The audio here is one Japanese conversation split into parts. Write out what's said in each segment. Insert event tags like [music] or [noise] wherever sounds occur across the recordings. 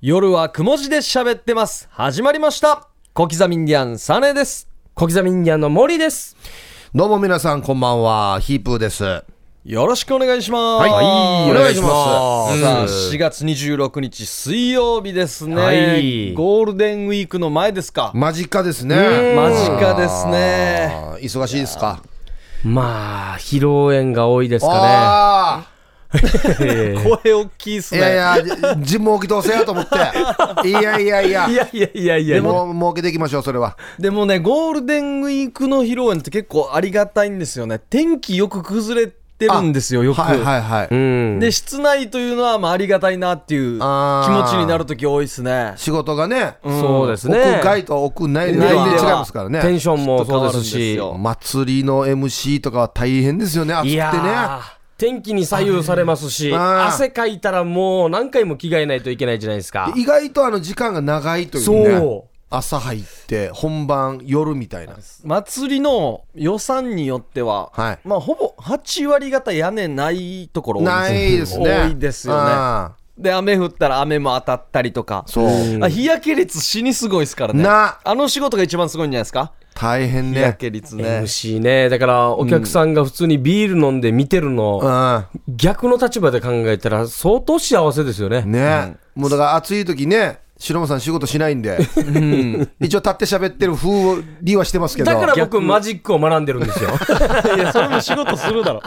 夜はくも字で喋ってます。始まりました。小刻みインディアン、サネです。小刻みインディアンの森です。どうも皆さんこんばんは、ヒープーです。はよろしくお願いします。はいお願いしまさすあ、うん4月26日水曜日ですね。はいゴールデンウィークの前ですか。間近ですね。間近ですね。あー。忙しいですか。まあ、披露宴が多いですかあね。ええ声大きいっすあ、ね。いやいや、じ人儲けどうせやと思 [laughs] って。いやいやいやい。やいやいやいや、もう儲けていきましょう、それは。でもね、ゴールデンウィークの披露宴って結構ありがたいんですよね。天気よく崩れてるんですよ、よく。はいはいはい。うん。で、室内というのはまあありがたいなっていう気あー持ちになるとき多いですね。仕事がね、そうですね。屋外と屋内で内全では然違いますからテンね。ションもそうですちし。ょっ祭りの MC とかは大変ですよね、暑くいてね。やー天気に左右されますし、あー汗かいたらもう何回も着替えないといけないじゃないですか。意外とあの時間が長いというね。そう。朝入って、本番、夜みたいな。祭りの予算によっては、はいまあほぼ8割方屋根ないところ多ないいですね。多いですよね。あで雨降ったら雨も当たったりとかー。、そう。あ日焼け率死にすごいですからね。なあの仕事が一番すごいんじゃないですか。大変日焼ね。け率ね。 MC ね。だから、お客さんが普通にビール飲んで見てるうの、ん。逆の立場で考えたら相当幸せですよね。ね、もうだから暑い時ね、白間さん仕事しないんで、一応立って喋ってる風にはしてますけど、だから僕マジックを学んでるんですよ。いやそれも仕事する [laughs] だろ。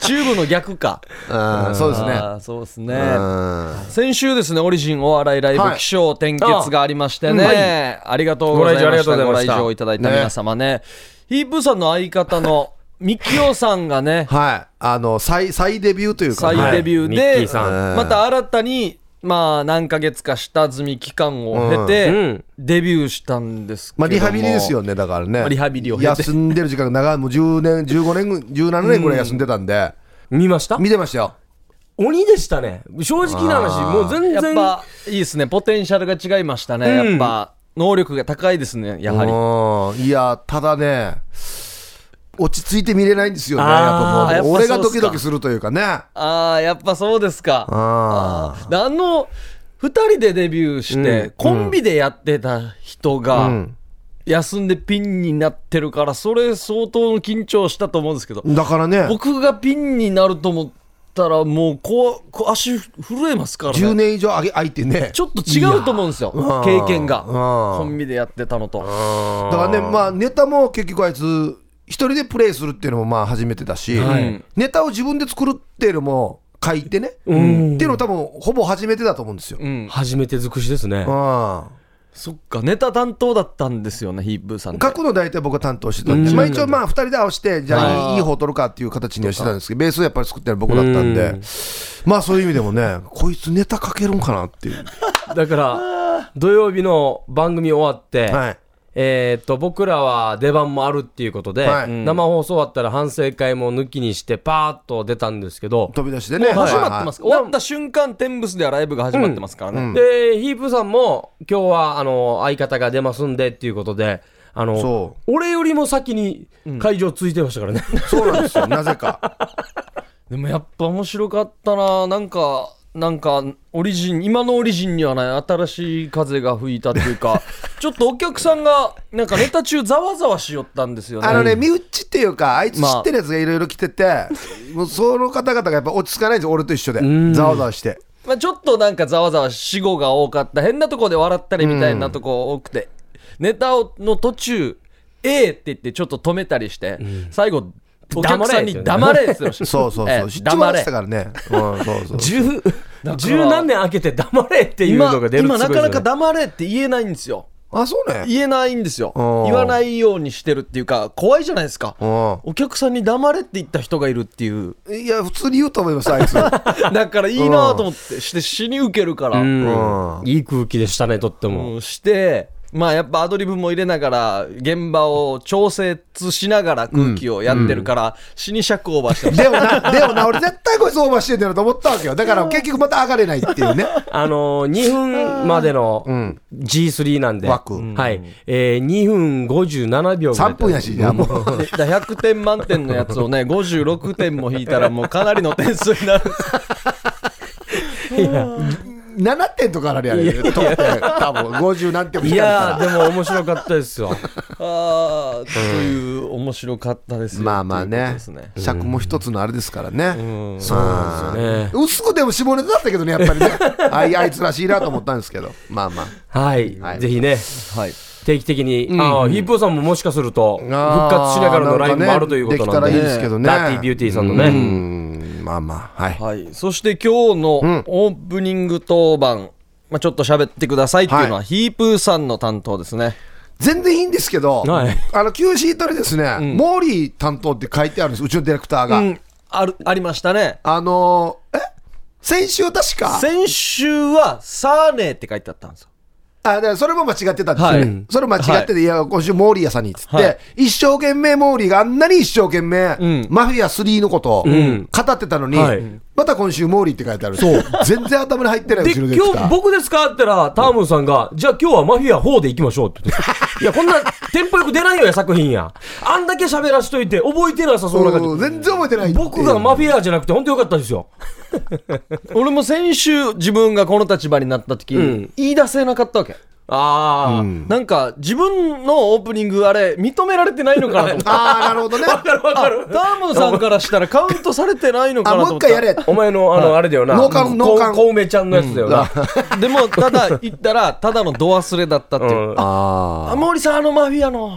中部の逆か。うんそうですね。あーそうですね。うん先週ですね、オリジンお笑いライブはい気象転結がありましてね、ありがとうございました。ご来場ありがとうございましたご来場いただいた皆様ね。ヒープーさんの相方の [laughs] ミキオさんがね、はい、あの再再デビューというか、再デビューはいミッで、キーさんまた新たに、まあ、何ヶ月か下積み期間を経て、うんうんデビューしたんですけどもまあ、リハビリですよね、だかまらね、あリハビリを経て休んでる時間が長い、もう10年、15年、17年ぐらい休んでたんで、見ました見てましたよ、鬼でしたね。正直な話、もう全やっ然。ぱ、いいですね。ポテンシャルが違いましたね。んやっぱ、能力が高いですね、やはり。うんいや、ただね、落ち着いて見れないんですよね、あやっぱーやっぱもう、そうっす俺かがドキドキするというかね。ああ、やっぱそうですか。ああであの2人でデビューして、うんコンビでやってた人が、うん休んでピンになってるからそれ相当の緊張したと思うんですけど、だからね、僕がピンになると思ったらもうこうこう足震えますからね10年以上あげ空いてね、ちょっと違うと思うんですよや経験がうんコンビでやってたのとだからね、まあ、ネタも結局あいつ、一人でプレイするっていうのもまあ初めてだし、はいネタを自分で作るっていうのも書いてね、うんっていうの多分ほぼ初めてだと思うんですよ。うん初めて尽くしですね。うんそっかネタ担当だったんですよねヒープーさんって書くの大体僕は担当してたんで、まあ、一応まあ2人で合わせてじゃはあいいいいい方取るかっていう形にはしてたんですけどベースをやっぱり作ってるのは僕だったんで、うんまあそういう意味でもねこいつネタ書けるんかなっていう、だから、土曜日の番組終わって、はい、えーっと、僕らは出番もあるっていうことで、はい生放送終わったら反省会も抜きにして、パーッと出たんですけど、飛び出してね始まってますかはいは終わいった瞬間天ブスではライブが始まってますからね、うんで、ヒープさんも、今日は、あの、相方が出ますんでっていうことで、あのそ、俺よりも先に会場ついてましたからね。そうなんですよなぜかでもやっぱ面白かったななんかなんかオリジン今のオリジンにはない新しい風が吹いたというかちょっとお客さんがなんかネタ中ざわざわしよったんですよねあのね、身内っていうか、あいつ知まあってるやつがいろいろ来てて、もうその方々がやっぱ落ち着かないんですよ、俺と一緒で、ざわざわして。まあ、ちょっとなんかざわざわ死語が多かった変なとこで笑ったりみたいなとこ多くて、ネタをの途中「ええ」って言ってちょっと止めたりして、最後お客さんに「黙黙れ」って言ってましたそうそうえそえう、知っちま黙ってれたからね。うん、そ [laughs] うそう。十、 [laughs] 十何年開けて黙れっていう今のが出るって今すなごいでかすよねなか黙れって言えないんですよあ、そうね。言えないんですようん言わないようにしてるっていうか怖いじゃないですかうお客さんに黙れって言った人がいるっていうん。いや、普通に言うと思います、あいつ。うだからいいなと思 [laughs] ってして死に受けるから、うんうんいい空気でしたね、とっても。うんしてまあやっぱアドリブも入れながら現場を調節しながら空気をやってるから死に尺オーバーしてましでもな、でもな、俺絶対こいつオーバーしてんだろと思ったわけよ。だから結局また上がれないっていうね。あのー、2分までのん G3 なんで。枠はい。えー、2分57秒ぐらい3分やし、じゃあもう。たでだから100点満点のやつをね56点も引いたらもうかなりの点数になる7点とかあるやれ、トップ10多分50何点もいしかないやー、でも面白かったです [laughs] よ。ああという面白かったですよまあまあということねですね、尺も一つのあれですからね、そうそうですよね薄くでも絞れてだったけどね、やっぱりね、あいあいつらしいなと思ったんですけど、まあまあ、はい、はいぜひね、はい定期的に、ああヒップーさんももしかすると、復活しながらのライブもあるということなんできたらいで、いですけどね、ダーティービューティーさんのうね、ん、まあまあ、はい、はい、そして今日のオープニング当番、まあ、ちょっと喋ってくださいっていうのは、はヒープーさんの担当ですね全然いいんですけど、はいあの Q シートにですね、モーリー担当って書いてあるんです、うちのディレクターうが。んあるありましたねあのーえ先週確か、先週はサーネーって書いてあったんですよあだからそれも間違ってたんですよ、はいうんそれ間違ってて、い、や、今週、モーリー屋さんにっつって、はい一生懸命、モーリーがあんなに一生懸命、んマフィア3のことをん語ってたのに、はいまた今週、モーリーって書いてある、全然頭に入ってない、で、うちのディレクタ今日ー僕ですかって言ったら、タームさんが、じゃあ今日はマフィア4で行きましょうって言って。いや、こんなテンポよく出ないよや、作品や。あんだけ喋らしといて、覚えてなさそうなう感んじ。全然覚えてないっていう僕がマフィアじゃなくて、本当よかったです [laughs] よ。俺も先週自分がこの立場になった時、うん言い出せなかったわけああ、なんか自分のオープニングあれ認められてないのかなと思った [laughs] ああ、なるほ [laughs] どね。わかる。ダームさんからしたらカウントされてないのかあ、なとも思う一った回やれ。お前の、あの、あれだよな。脳幹こう脳幹こうめちゃんのやつだよな。でもただ言ったらただのド忘れだったっていう、うんああ森さんあのマフィア [laughs] の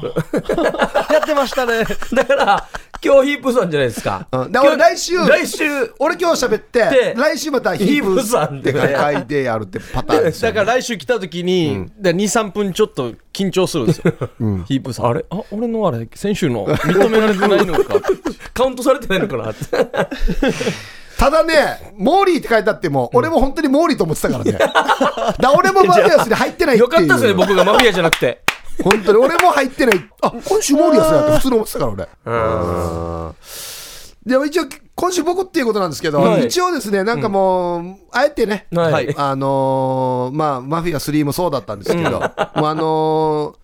やってましたねだから、今日ヒープさんじゃないですか。うんだから俺来週来週、俺今日喋っでて、来週またヒーヒーププさんってで書いてあるってパターンですよだから来週来た時に、で23分ちょっと緊張するんですよ、ヒープさんあれあ俺のあれ先週の認められてないの [laughs] かカウントされてないの [laughs] かなって。ただね、モーリーって書いてあっても、俺も本当にモーリーと思ってたから [laughs] ね。だから俺もマフィアスに入ってないっていよう。かったですね、僕がマフィアじゃなくて。本当に俺も入ってない。あ、今週モーリースだって普通に思ってたから俺。でも一応、今週僕っていうことなんですけど、はい一応ですね、なんかもう、あえてね、はいあのーまあ、マフィア3もそうだったんですけど、もうあのー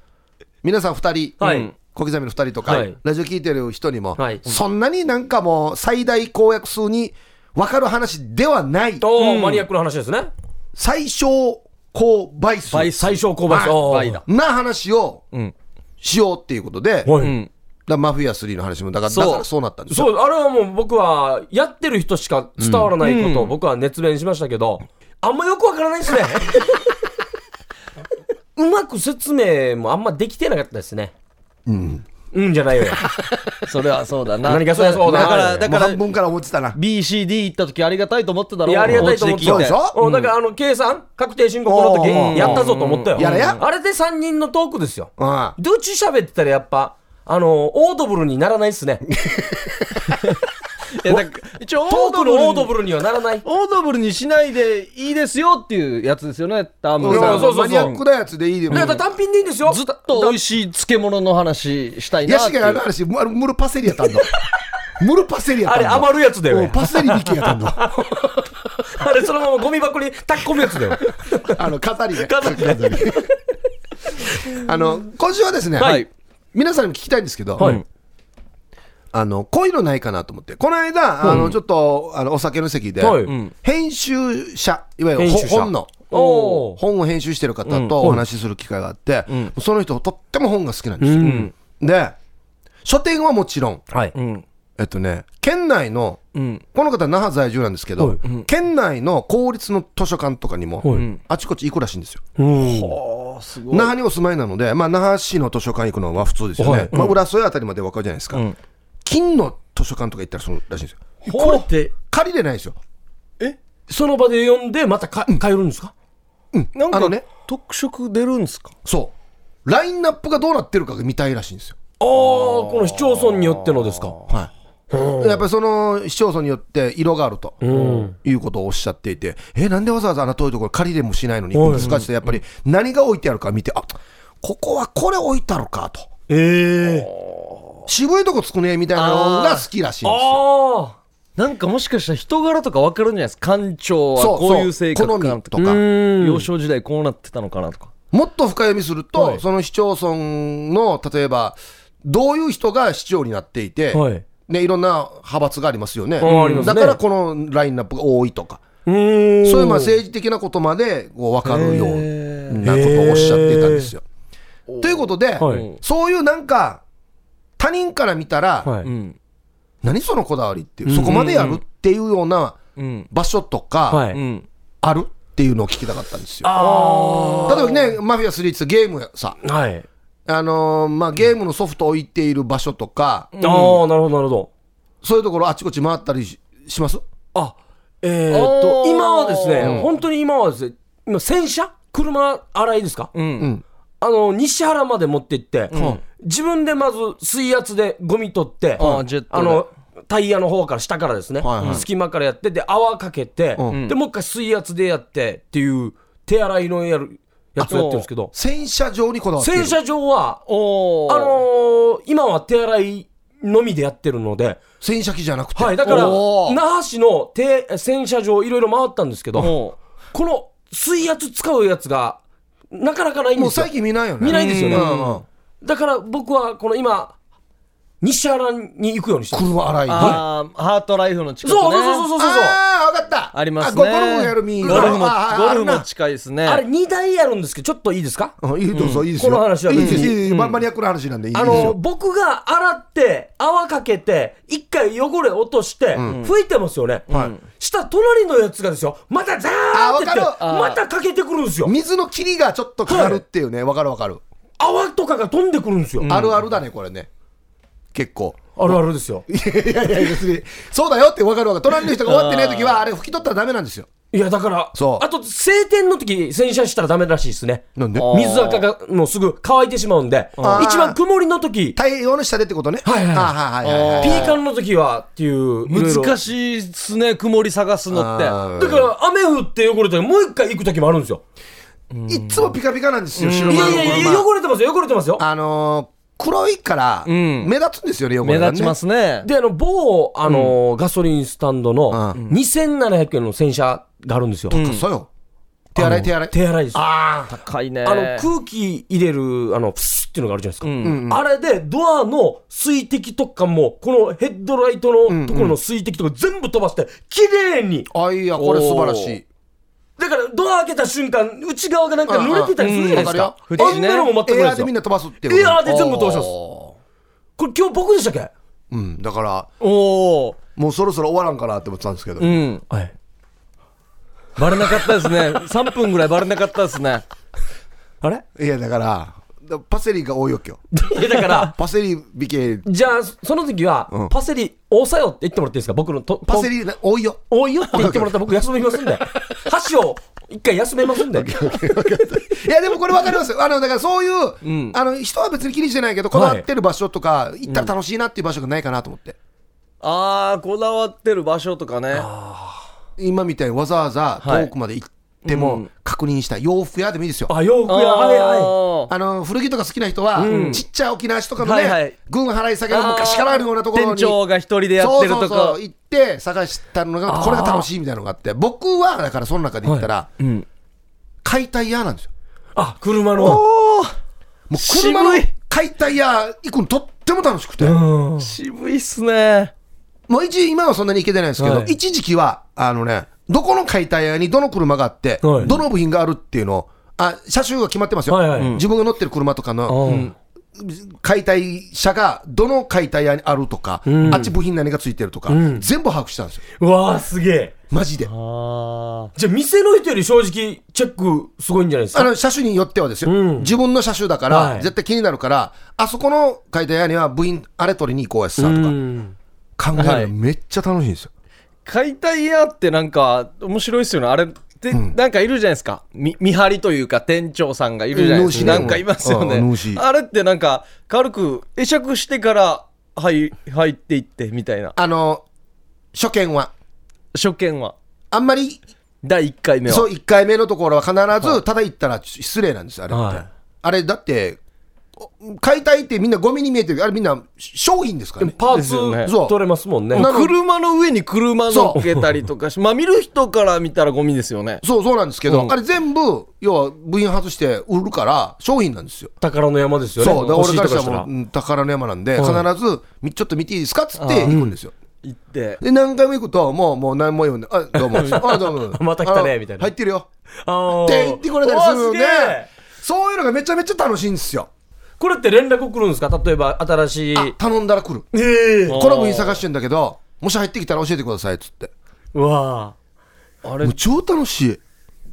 皆さん2人、はい小刻みの2人とか、はいラジオ聞いてる人にも、はいそんなになんかもう、最大公約数に分かる話ではない、おー、マニアックな話ですね。最小公倍数最最小公倍数。あおー倍だな話をうんしようっていうことで、だかはいうんらマフィア3の話も、だからそうだからそうなったんですよ。そう、あれはもう僕は、やってる人しか伝わらないことを僕は熱弁しましたけど、あんまよくわからな [laughs] いですね。うまく説明もあんまできてなかったですね。うん。うんじ [laughs] ゃないよ。それはそうだな何かそりゃそうだだなからだだかからら半分から思ってた [laughs] な。 BCD 行った時ありがたいと思ってたろいやありがたいと思ってそうでしょおだからあの、計算、確定申告の時おーおーおーやったぞと思ったよ。やれやあれで3人のトークですよ。うんどっち喋ってたらやっぱ、あの、オードブルにならないっすね。いやだから一 [laughs] 応オトーークドブルのオーにドブルにはならない。オードブルにしないでいいですよっていうやつですよねダームだかさらんそうそマうそうニアックなやつでいいでも。だから単品でいいんですよ。ずっと美味しい漬物の話したいなヤってシいうがある話、むあのムルパセリやったん [laughs] だ。ムルパセリやっあたんれだ。余るやつだようんね。パセリミキやったんだ。 [laughs] あれそのままゴミ箱にタッコむやつだよ。あの、飾りね。飾りあの、今週はですね、はい皆さんにも聞きたいんですけど、はいあの、こういうのないかなと思って。この間、あの、ちょっと、あの、お酒の席で、はいん編集者、いわゆる編ほ集者本の、おー本を編集してる方とお話しする機会があって、その人、とっても本が好きなんですよ。んで、書店はもちろん、はい。うんえっとね、県内の、うんこの方、那覇在住なんですけど、はい県内の公立の図書館とかにも、はいあちこち行くらしいんですよ。ああすごい那覇にお住まいなので、まあ、那覇市の図書館行くのは普通ですよね、はいまあ、浦添あたりまで分かるじゃないですか、金の図書館とか行ったらそうらしいんですよ、これって、借りれないですよ、その場で読んでまたか帰るんですかなんあのね特色出るんですかそう、ラインナップがどうなってるかが見たいらしいんですよ、ああ、この市町村によってのですか。はい、やっぱりその市町村によって色があると、うん。いうことをおっしゃっていて、え、なんでわざわざあんな遠いところ借りれもしないのに行くんですかって言ったらやっぱり何が置いてあるか見て、あここはこれ置いてあるかと。ええ。渋いとこつくねみたいなのが好きらしいんですよ。ああ。なんかもしかしたら人柄とか分かるんじゃないですか官庁はそうこういそうう性格かなとか好みとかうん幼少時代こうなってたのかなとかもっと深読みすると、はいその市町村の、例えば、どういう人が市長になっていて、はいね、いろんな派閥がありますよね。んありますねだからこのラインナップが多いとか。うんそういうまあ政治的なことまでこう分かるようなことをおっしゃってたんですよ。ということで、はいそういうなんか、他人から見たら、はうい。ん何そのこだわりっていう、そこまでやるっていうようなうん場所とか、はうい。んあるっていうのを聞きたかったんですよ。あ例えばね、マフィア3ってゲームやさ、あ。はい。あのーまあ、ゲームのソフト置いている場所とか、ああ、なるほど、なるほど。そういうところあちこち回ったりししますあ、えー、っとあ、ー今はですうんね、本当に今はですね、今、洗車車洗いですかうんうんあの、西原まで持って行って、自分でまず水圧でゴミ取って、あージェットであの、タイヤの方から下からですね、はいはい隙間からやって、で、泡かけて、うんで、もう一回水圧でやってっていう、手洗いのやる、やつをやってるんですけど、洗車場にこだわってる洗車場は、おーあのー今は手洗いのみでやってるので、洗車機じゃなくて、はい、だから、おー那覇市の手洗車場いろいろ回ったんですけど、おこの水圧使うやつが、なかなかないんもうですよ最。近見ないよね見ないですよねうんうんうんだから僕は、この今、西原に行くようにしてます。車洗いにああーハートライフの近くねそうそうそうそうそうそう。あー分かったありますねゴルフやるミーゴルフもあーゴルあフるなも近いですねあれ2台あるんですけど、ちょっといいですかうんいいどうぞいいですよこの話は別別ににいいですいいママニアックな話なんでいいであすの、よ僕が洗って、泡かけて、一回汚れ落として、拭いてますよね。した隣のやつがですよ、またザーってやってあわかるあーまたかけてくるんですよ。水の霧がちょっとかかるっていうね分かる分かる泡とかが飛んでくるんですよ。あるあるだねこれね結構あるあるですよ。いやいやいや別にそうだよって分かる分かる隣の人が終わってない時はあれ拭き取ったらダメなんですよいや、だから、そうあと、晴天の時、洗車したらダメらしいですね。なんであー水垢がもうすぐ乾いてしまうんで、ー一番曇りの時、太陽の下でってことねはいはいはあいーはいはいはいピーカンの時はっていう、難いしいっすね曇り探すのってあーろいろ。だから、雨降って汚れたら、もう一回行く時もあるんですよ。いっつもピカピカなんですよ、白い間やのいやいや、車。汚れてますよ、汚れてますよ。あのー、黒いから、ん目立つんですよね、汚目れが、ね。立ちますねで、あの、某、あのー、ガソリンスタンドの、うん2700円の洗車があるんですよ。うん。そうよ。手洗い、手洗い。手洗いです。あああ。高いねの、空気入れる、あの、プスっていうのがあるじゃないですか。うんあれで、ドアの水滴とかも、このヘッドライトのところの水滴とか全部飛ばして、綺麗に。あいや、これ素晴らしい。だから、ドア開けた瞬間、内側がなんか濡れてたりするじゃないですか。うんうんわかるよあんなのも全くエなアーいですでよみん。な飛ばすっていう。エアーで全部飛ばしますおこれ今日僕でしたっけーうん、だから、おおもうそろそろ終わらんかなって思ってたんですけど。うんはい。バレなかったですね [laughs] 3分ぐらいバレなかったですねあれいや、だから、だパセリが多いよ、今日。いやだから、パセリ美形、じゃあ、その時うんは、パセリ、多さよって言ってもらっていいですか僕のと、パセリな多いよ。多いよって言ってもらったら僕休みます [laughs] んで。箸を一回休めますんで。いや、でもこれ分かりますよ。あの、だからそういう、あの、人は別に気にしてないけど、こだわってる場所とか、行ったら楽しいなっていう場所がないかなと思って。ああこだわってる場所とかね今みたいにわざわざ遠くまで行っても確認したい洋服屋でもいいですよ。あ、洋服や、はいはあの古着とか好きな人は、ちっちゃい沖縄市とかのね、はいはい軍払い先が昔からあるようなところに店長が一人でやってるとそうかそうそう行って探したのがこれが楽しいみたいなのがあって僕はだからその中で言ったら、うん解体屋なんですよい。あ、車の。もう車の渋い解体屋行くのとっても楽しくて、うん。渋いっすねもう一今はそんなに行けてないんですけど、はい一時期はあのねどこの解体屋にどの車があって、はいどの部品があるっていうのをあ車種が決まってますよ、はいはい自分が乗ってる車とかの、うん解体車がどの解体屋にあるとか、あっち部品何がついてるとか、ん全部把握してたんですよ、うわあすげえ。マジで。あじゃあ、店の人より正直、チェックすごいんじゃないですあか。の車種によってはですよ、うん自分の車種だから、はい絶対気になるから、あそこの解体屋には部品、あれ取りに行こうやしさとか、ん。考えるのはいめっちゃ楽しいんですよ。解体屋ってなんか面白いっすよねあれってなんかいるじゃないですか、み見張りというか店長さんがいるじゃないですか、うんなんかいますよねうん主あれってなんか軽く会釈してからはい入っていってみたいなあの初見は、初見はあんまり第1回目はそう1回目のところは必ず、ただ行ったら失礼なんですよ、あれって。はいあれだって解体ってみんなゴミに見えてるけどあれみんな商品ですからね。パーですよねツ、取れますもんね。なの車の上に車乗っけたりとかしまあ見る人から見たらゴミですよねそうそうなんですけど、うんあれ全部、要は部品外して売るから、商品なんですよ。宝の山ですよね。そう、だから欲俺しいからとしたらもしたうらう。ん、宝の山なんで、はい。必ずみ、ちょっと見ていいですかっつって行くんですよ。行ってで、何回も行くと、もう、もう何も言うんで、あ、どうも、あ、どうも [laughs] また来たねみたいなあ入ってるよ。あって言ってこれたりするよねね。そういうのがめちゃめちゃ楽しいんですよ。これって連絡来るんですか例えば新しいあ、頼んだら来る。ええこの部品探してんだけど、もし入ってきたら教えてください、つって。わああれもう超楽しい。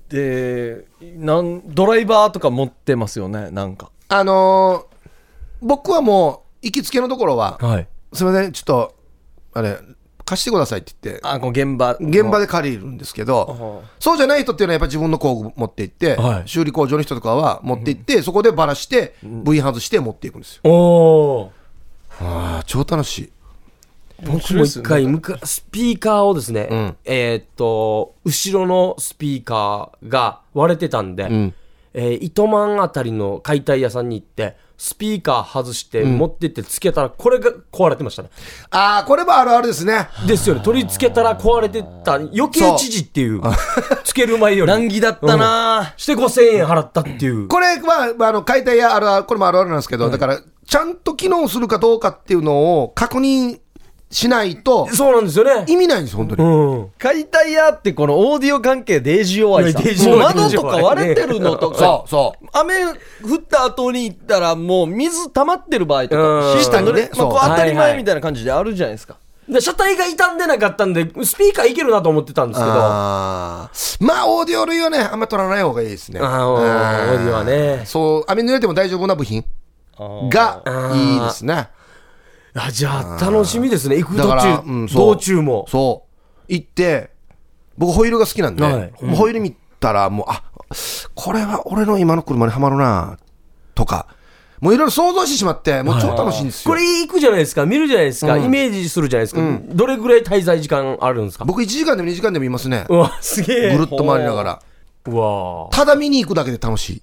でなんドライバーとか持ってますよねなんかあのー、僕はもう、行きつけのところは、はいすみません、ちょっと、あれ、貸してくださいって言って、あこう現場現場でで借りるんですけど、そうじゃない人っていうのはやっぱ自分の工具持って行って、はい修理工場の人とかは持って行って、そこでバラして、部品外して持っていくんですよ。おおああ、超楽しい。面僕白いもっ一すね回むかスピーカーをですね、んえーっと後ろのスピーカーが割れてたんで、んえー糸満あたりの解体屋さんに行ってスピーカー外して持ってってつけたらこれが壊れてましたね、ああ、これもあるあるですね。ですよね取り付けたら壊れてた余計そう知事っていうつける前よ難り儀だったなして5000円払ったっていうこれは、まあ、あの解体やあるある、これもあるあるなんですけど、だから、ちゃんと機能するかどうかっていうのを確認しないと、そうなんですよね意味ないんです、本当に。うん解体屋ってこのオーディオ関係デージ弱いさいやデージ弱いもう窓とか割れてるのとかそうそう。雨降った後に行ったらもう水溜まってる場合とかうん下にね、そうまあこう当たり前みたいな感じであるじゃないですか、で車体が傷んでなかったんでスピーカーいけるなと思ってたんですけどああーまあ、オーディオ類はね、あんま取らない方がいいですね。あオーディオはねそう、雨濡れても大丈夫な部品がいいですね。あじゃあ楽しみですね行くだ途から中、うんそう道中もそう。行って、僕ホイールが好きなんで、はいもうホイール見たら、もう、あ、これは俺の今の車にはまるな、とか、もういろいろ想像してしまって、もう超楽しいんですよ。これ行くじゃないですか見るじゃないですか、イメージするじゃないですか、どれぐらい滞在時間あるんですか僕1時間でも2時間でもいますね。うわすげぐえるっと回りながら。うわただ見に行くだけで楽しい。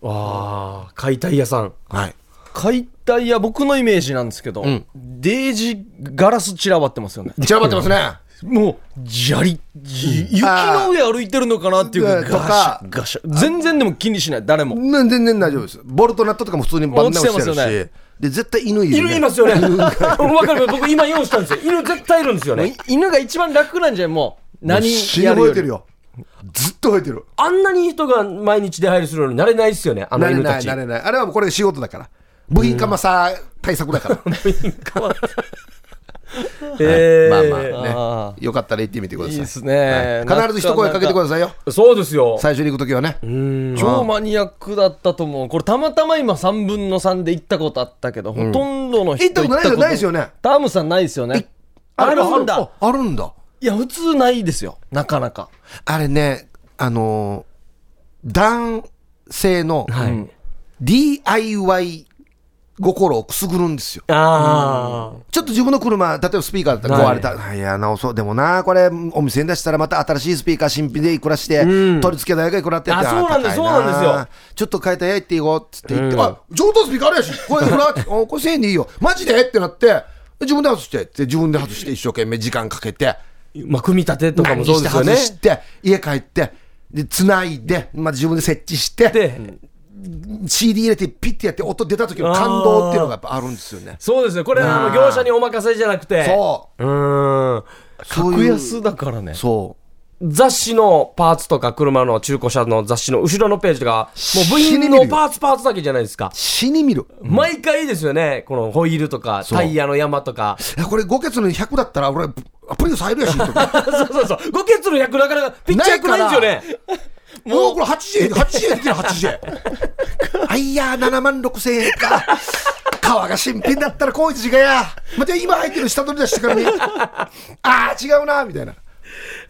ーわー解体屋さんはい。解体屋僕のイメージなんですけど、んデージガラス散らばってますよね散らばってますね。もうじゃりじ雪の上歩いてるのかなっていうあかーガシャガシャ全然でも気にしない誰もうん全然大丈夫です。ボルトナットとかも普通にバンダナ落ちてる落ちてますよし。で、絶対犬いる、ね。犬いますよね [laughs] わかる僕今用意したんですよ犬絶対いるんですよもうねい犬が一番楽なんじゃんもう何死ぬやる吠えよてりるよ。ずっと吠えてる。あんなに人が毎日出入りするのに慣れないですよねあのなれ犬なたい、ち [laughs] なれない。あれはもうこれ仕事だから。部品かまさ対策だから。えまあーまああね。よかったら行ってみてください。いいっすねはい必ず一声かけてくださいよ。そうですよ最初に行くときはね。うん超マニアックだったと思うこれたまたま今3分の3で行ったことあったけど、ほとんどの人行ったことないよないですよねタームさんないですよねあるんだああるんだ。いや普通ないですよなかなかあれね、あのー、男性の DIY 心をくすぐるんですよ。ああちょっと自分の車、例えばスピーカーだったら壊れた、い、や、直そう、でもな、これ、お店に出したらまた新しいスピーカー新品でいくらして、取り付け代がいくらってやってあそうなんで高すいそうなんですよ。ちょっと変えたやいっていこうっつって言って、あ上等スピーカーあるやし、これいくらあ [laughs] これ1000円でいいよ、マジでってなって、自分で外してって、自分で外して、一生懸命時間かけて、まあ組み立てとかも何そうしでてすよ外ねして、家帰って、で繋いで、また自分で設置して、で CD 入れて、ピッてやって、音出た時の感動っていうのがやっぱあるんですよね。そうですねこれはあの業者にお任せじゃなくてそうーんう、そう格いう、安だからねそう。雑誌のパーツとか車の中古車の雑誌の後ろのページとかもう部死に品見るのよパーツパーツだけじゃないですか死に見る。毎回ですよねこのホイールとかうタイヤの山とかいや [laughs] これ5月の100だったら俺、プリウス入るや [laughs] しとか。そうそうそう5ケツの役なかなかピッチャー役ないんですよねもうこれ 8J、8J できる [laughs] 8J。あいやー、7万6千円か。皮が新品だったらこういちがや。また今入ってる下取り出してから [laughs] ね。あー、違うな、みたいな。こ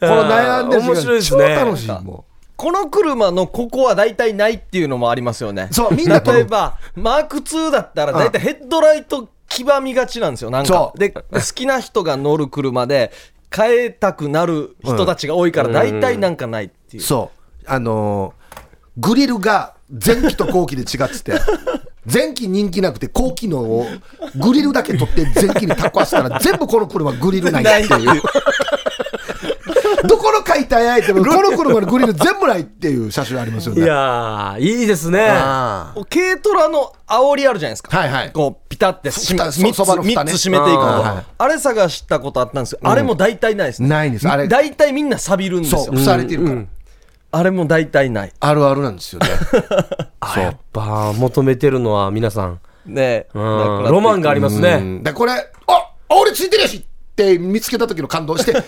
の悩んでる面白いで時す間、ね超楽しい。もこの車のここは大体ないっていうのもありますよねそうみんなと例えばマーク2だったら大体ヘッドライト黄ばみがちなんですよなんそかうで好きな人が乗る車で変えたくなる人たちが多いから大体なんかないっていうう。そう。あのー、グリルが前期と後期で違ってて。前期人気なくて後期のをグリルだけ取って前期にタコ合わせたら全部この車グリルないっていう。 [laughs] どこの解体アイテム、この車のグリル全部ないっていう車種ありますよいね。やーいいですねあー軽トラの煽りあるじゃないですか、はいはいこうピピタってしめ蓋3つそそばの蓋ね三つ締めていくのあーはあい,、れ探したことあったんですけどあれも大体ないですね、ないんですあれ大体みんな錆びるんですそうよふされてるから、あれも大体ないあるあるなんですよねあやっぱ求めてるのは皆さん、ねうなくなっん、てロマンがありますうね。んでこれああ俺ついてるやしって見つけた時の感動してあ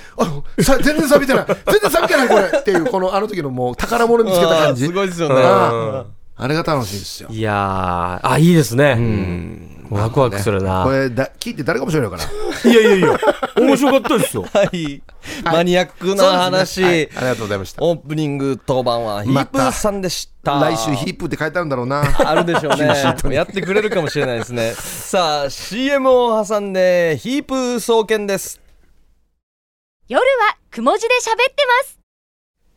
さ全然錆びてない全然錆びてないこれっていうこのあの時のもう宝物見つけた感じ [laughs] あーすごいですよねあーあれが楽しいですよいやー、あ、いいですね。ワクワクするな。これだ聞いて誰かもしれないからいやいやいや、面白かったですよ。はい、マニアックな話、そうですねはいありがとうございましたオープニング当番はヒープーさんでした、来週ヒープって書いてあるんだろうなあるで [laughs] しょうねやってくれるかもしれないですねさあ CM を挟んでヒープー総研です夜はくも字で喋ってます。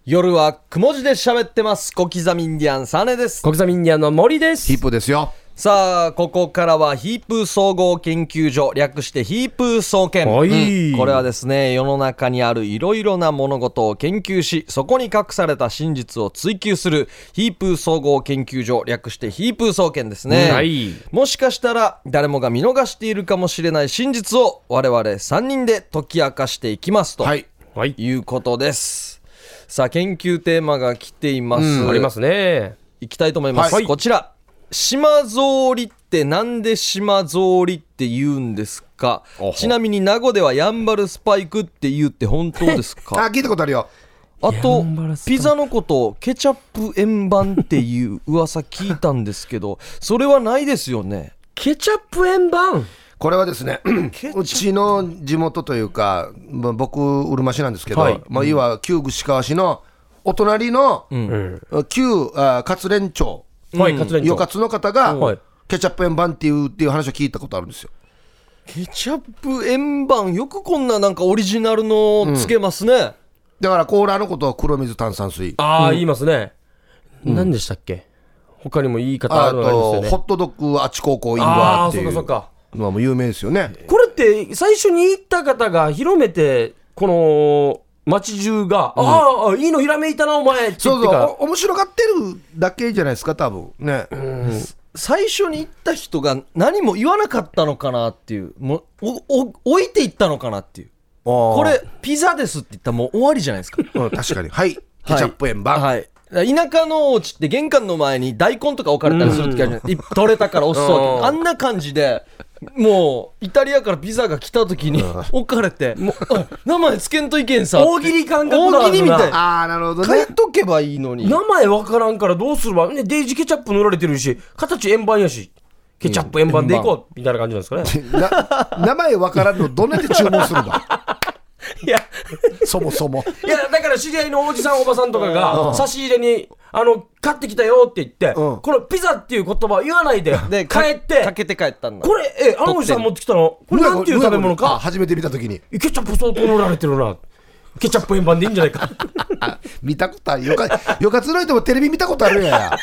夜はくも字で喋ってます小刻みインディアンサネです小刻みインディアンの森ヒですー。プですよさあここからはヒープー総合研究所略してヒープー総研はいうんこれはですね世の中にあるいろいろな物事を研究しそこに隠された真実を追求するヒープー総合研究所略してヒープー総研ですね、はいもしかしたら誰もが見逃しているかもしれない真実を我々3人で解き明かしていきますと、はいい、はい。うことですさあ研究テーマが来ています、ありますね。いきたいと思います、はいこちら島ぞうりってなんで島ぞうりって言うんですかほちなみに名護ではやんばるスパイクって言うって本当ですあか聞いたことあるよあとやんばるスパイクピザのことをケチャップ円盤っていう噂聞いたんですけどそれはないですよねケチャップ円盤。これはですねうちの地元というか、まあ、僕うるま市なんですけど、はいまあ、いわ旧串川市のお隣の、旧あ勝連町はい、カツレンチョ与勝の方が、はいケチャップ円盤っていうっていう話を聞いたことあるんですよケチャップ円盤よくこんななんかオリジナルのつけますね、だからコーラのことを黒水炭酸水あああ、言いますね。何でしたっけ他にも言い方あるのありますと、よね。ホットドッグあち高校インあバーあ、ってそっいかそっうか。のはもう有名ですよねこれって最初に行った方が広めてこの街中が「ああいいのひらめいたなお前」って言そっうてそうかお面白がってるだけじゃないですか多分ね、最初に行った人が何も言わなかったのかなっていうもうおお置いていったのかなっていうここれピザですって言ったらもう終わりじゃないですかケうん確かにはいケチャップ円盤、はい、はい田舎のお家って玄関の前に大根とか置かれたりする時あるじゃないですか取れたからおっそううってんあんな感じでもうイタリアからピザが来た時に置かれてもうあ名前つけんといけんさ大喜利感覚があ大喜るな利みたいなああなるほどね変えとけばいいのに名前わからんからどうするわ、ね、デイジケチャップ塗られてるし形円盤やしケチャップ円盤でいこうみたいな感じなんですかね [laughs] な名前わからんのどんなで注文す [laughs] るんだいやそもそもいやだから知り合いのおじさんおばさんとかが差し入れにあの買ってきたよって言って、うんこのピザっていう言葉言わないでで帰かってかけて帰ったんだこれえあのおじさん持ってきたのこれなんていう食べ物あか初めて見た時にケチャップ相当塗られてるなケチャップ円盤でいいんじゃないかあ見たことあるよかよかつの人もテレビ見たことあるや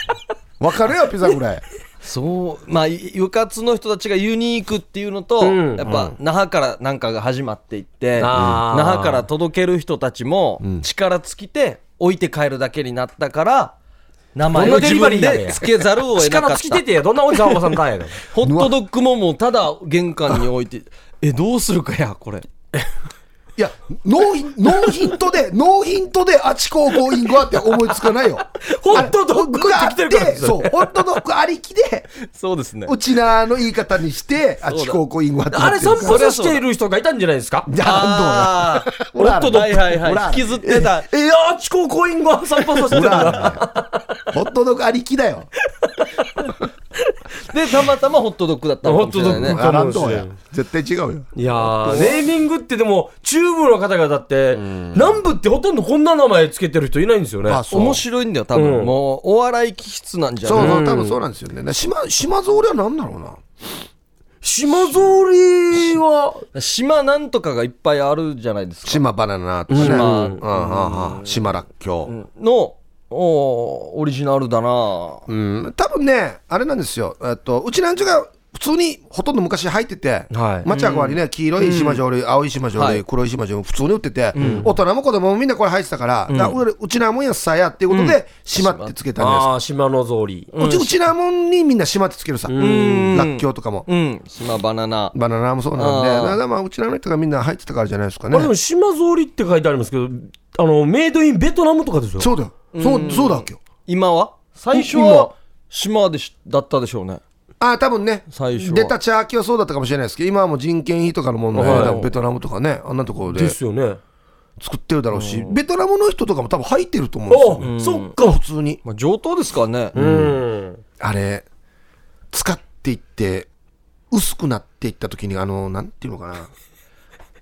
わかるよピザぐらいそうまあい部活の人たちがユニークっていうのと、うんやっぱ那覇からなんかが始まっていって、あー那覇から届ける人たちも力尽きて置いて帰るだけになったから名前をどんな自デリバリ分ーやねんで付けざるを得なか力っ尽きてたてやどんなおじさんおばさんかやがホットドッグももうただ玄関に置いてえどうするかやこれいやノーヒンノーヒントでノーヒントであちこうこうインゴアって思いつかないよホットドッグがあできてるからってそうホットドッグありきでそうですねうちなの言い方にしてあちこうこうインゴアってあれそ散歩させている人がいたんじゃないですかじゃああほらあとはいはいほらはい引きずってたえー、あっち高校員が散歩させどてうるんだほだらホットドッグありきだよでたまたまホットドッグだったのかもしれないねホットドッグあらんどうや絶対違うよいやーネーミングってでも中部の方々って南部ってほとんどこんな名前つけてる人いないんですよねあそう面白いんだよ多分、うんもうお笑い気質なんじゃないそうそう、多分そうなんですよね。な島、島津俺は何だろうな。島ぞうりは島なんとかがいっぱいあるじゃないですか。島バナナとかね。島うんうんうん島らっきょう。の、おーオリジナルだなうん。多分ね、あれなんですよ。えっと、うちなんちゅが、普通にほとんど昔入ってて、はい抹茶小割りね、黄色い島醤油、青い島醤は油、い黒い島醤油、普通に売ってて、大人も子供もみんなこれ入ってたから、だからうちなもんやさやっていうことで、島ってつけたんですああ、島の草履。うち、うちなもんにみんな島ってつけるさ。らんっきょうとかも。うん島バナナバナナもそうなんで、あーだからまあ、うちなの人がみんな入ってたからじゃないですかあれでもね。島草履って書いてありますけど、あの、メイドインベトナムとかですよ。そうだよ。そう、そうだわけよ。今は最初今は島でしだったでしょうねああ、多分ね、最初は出たチャーキはそうだったかもしれないですけど、今はもう人件費とかの問題で、はい多分ベトナムとかね、あんなところでですよね。作ってるだろうし、ベトナムの人とかも多分入ってると思うんですよね、あ、そっか。普通に。まあ上等ですからねうん。あれ、使っていって、薄くなっていった時に、あの、なんていうのかな。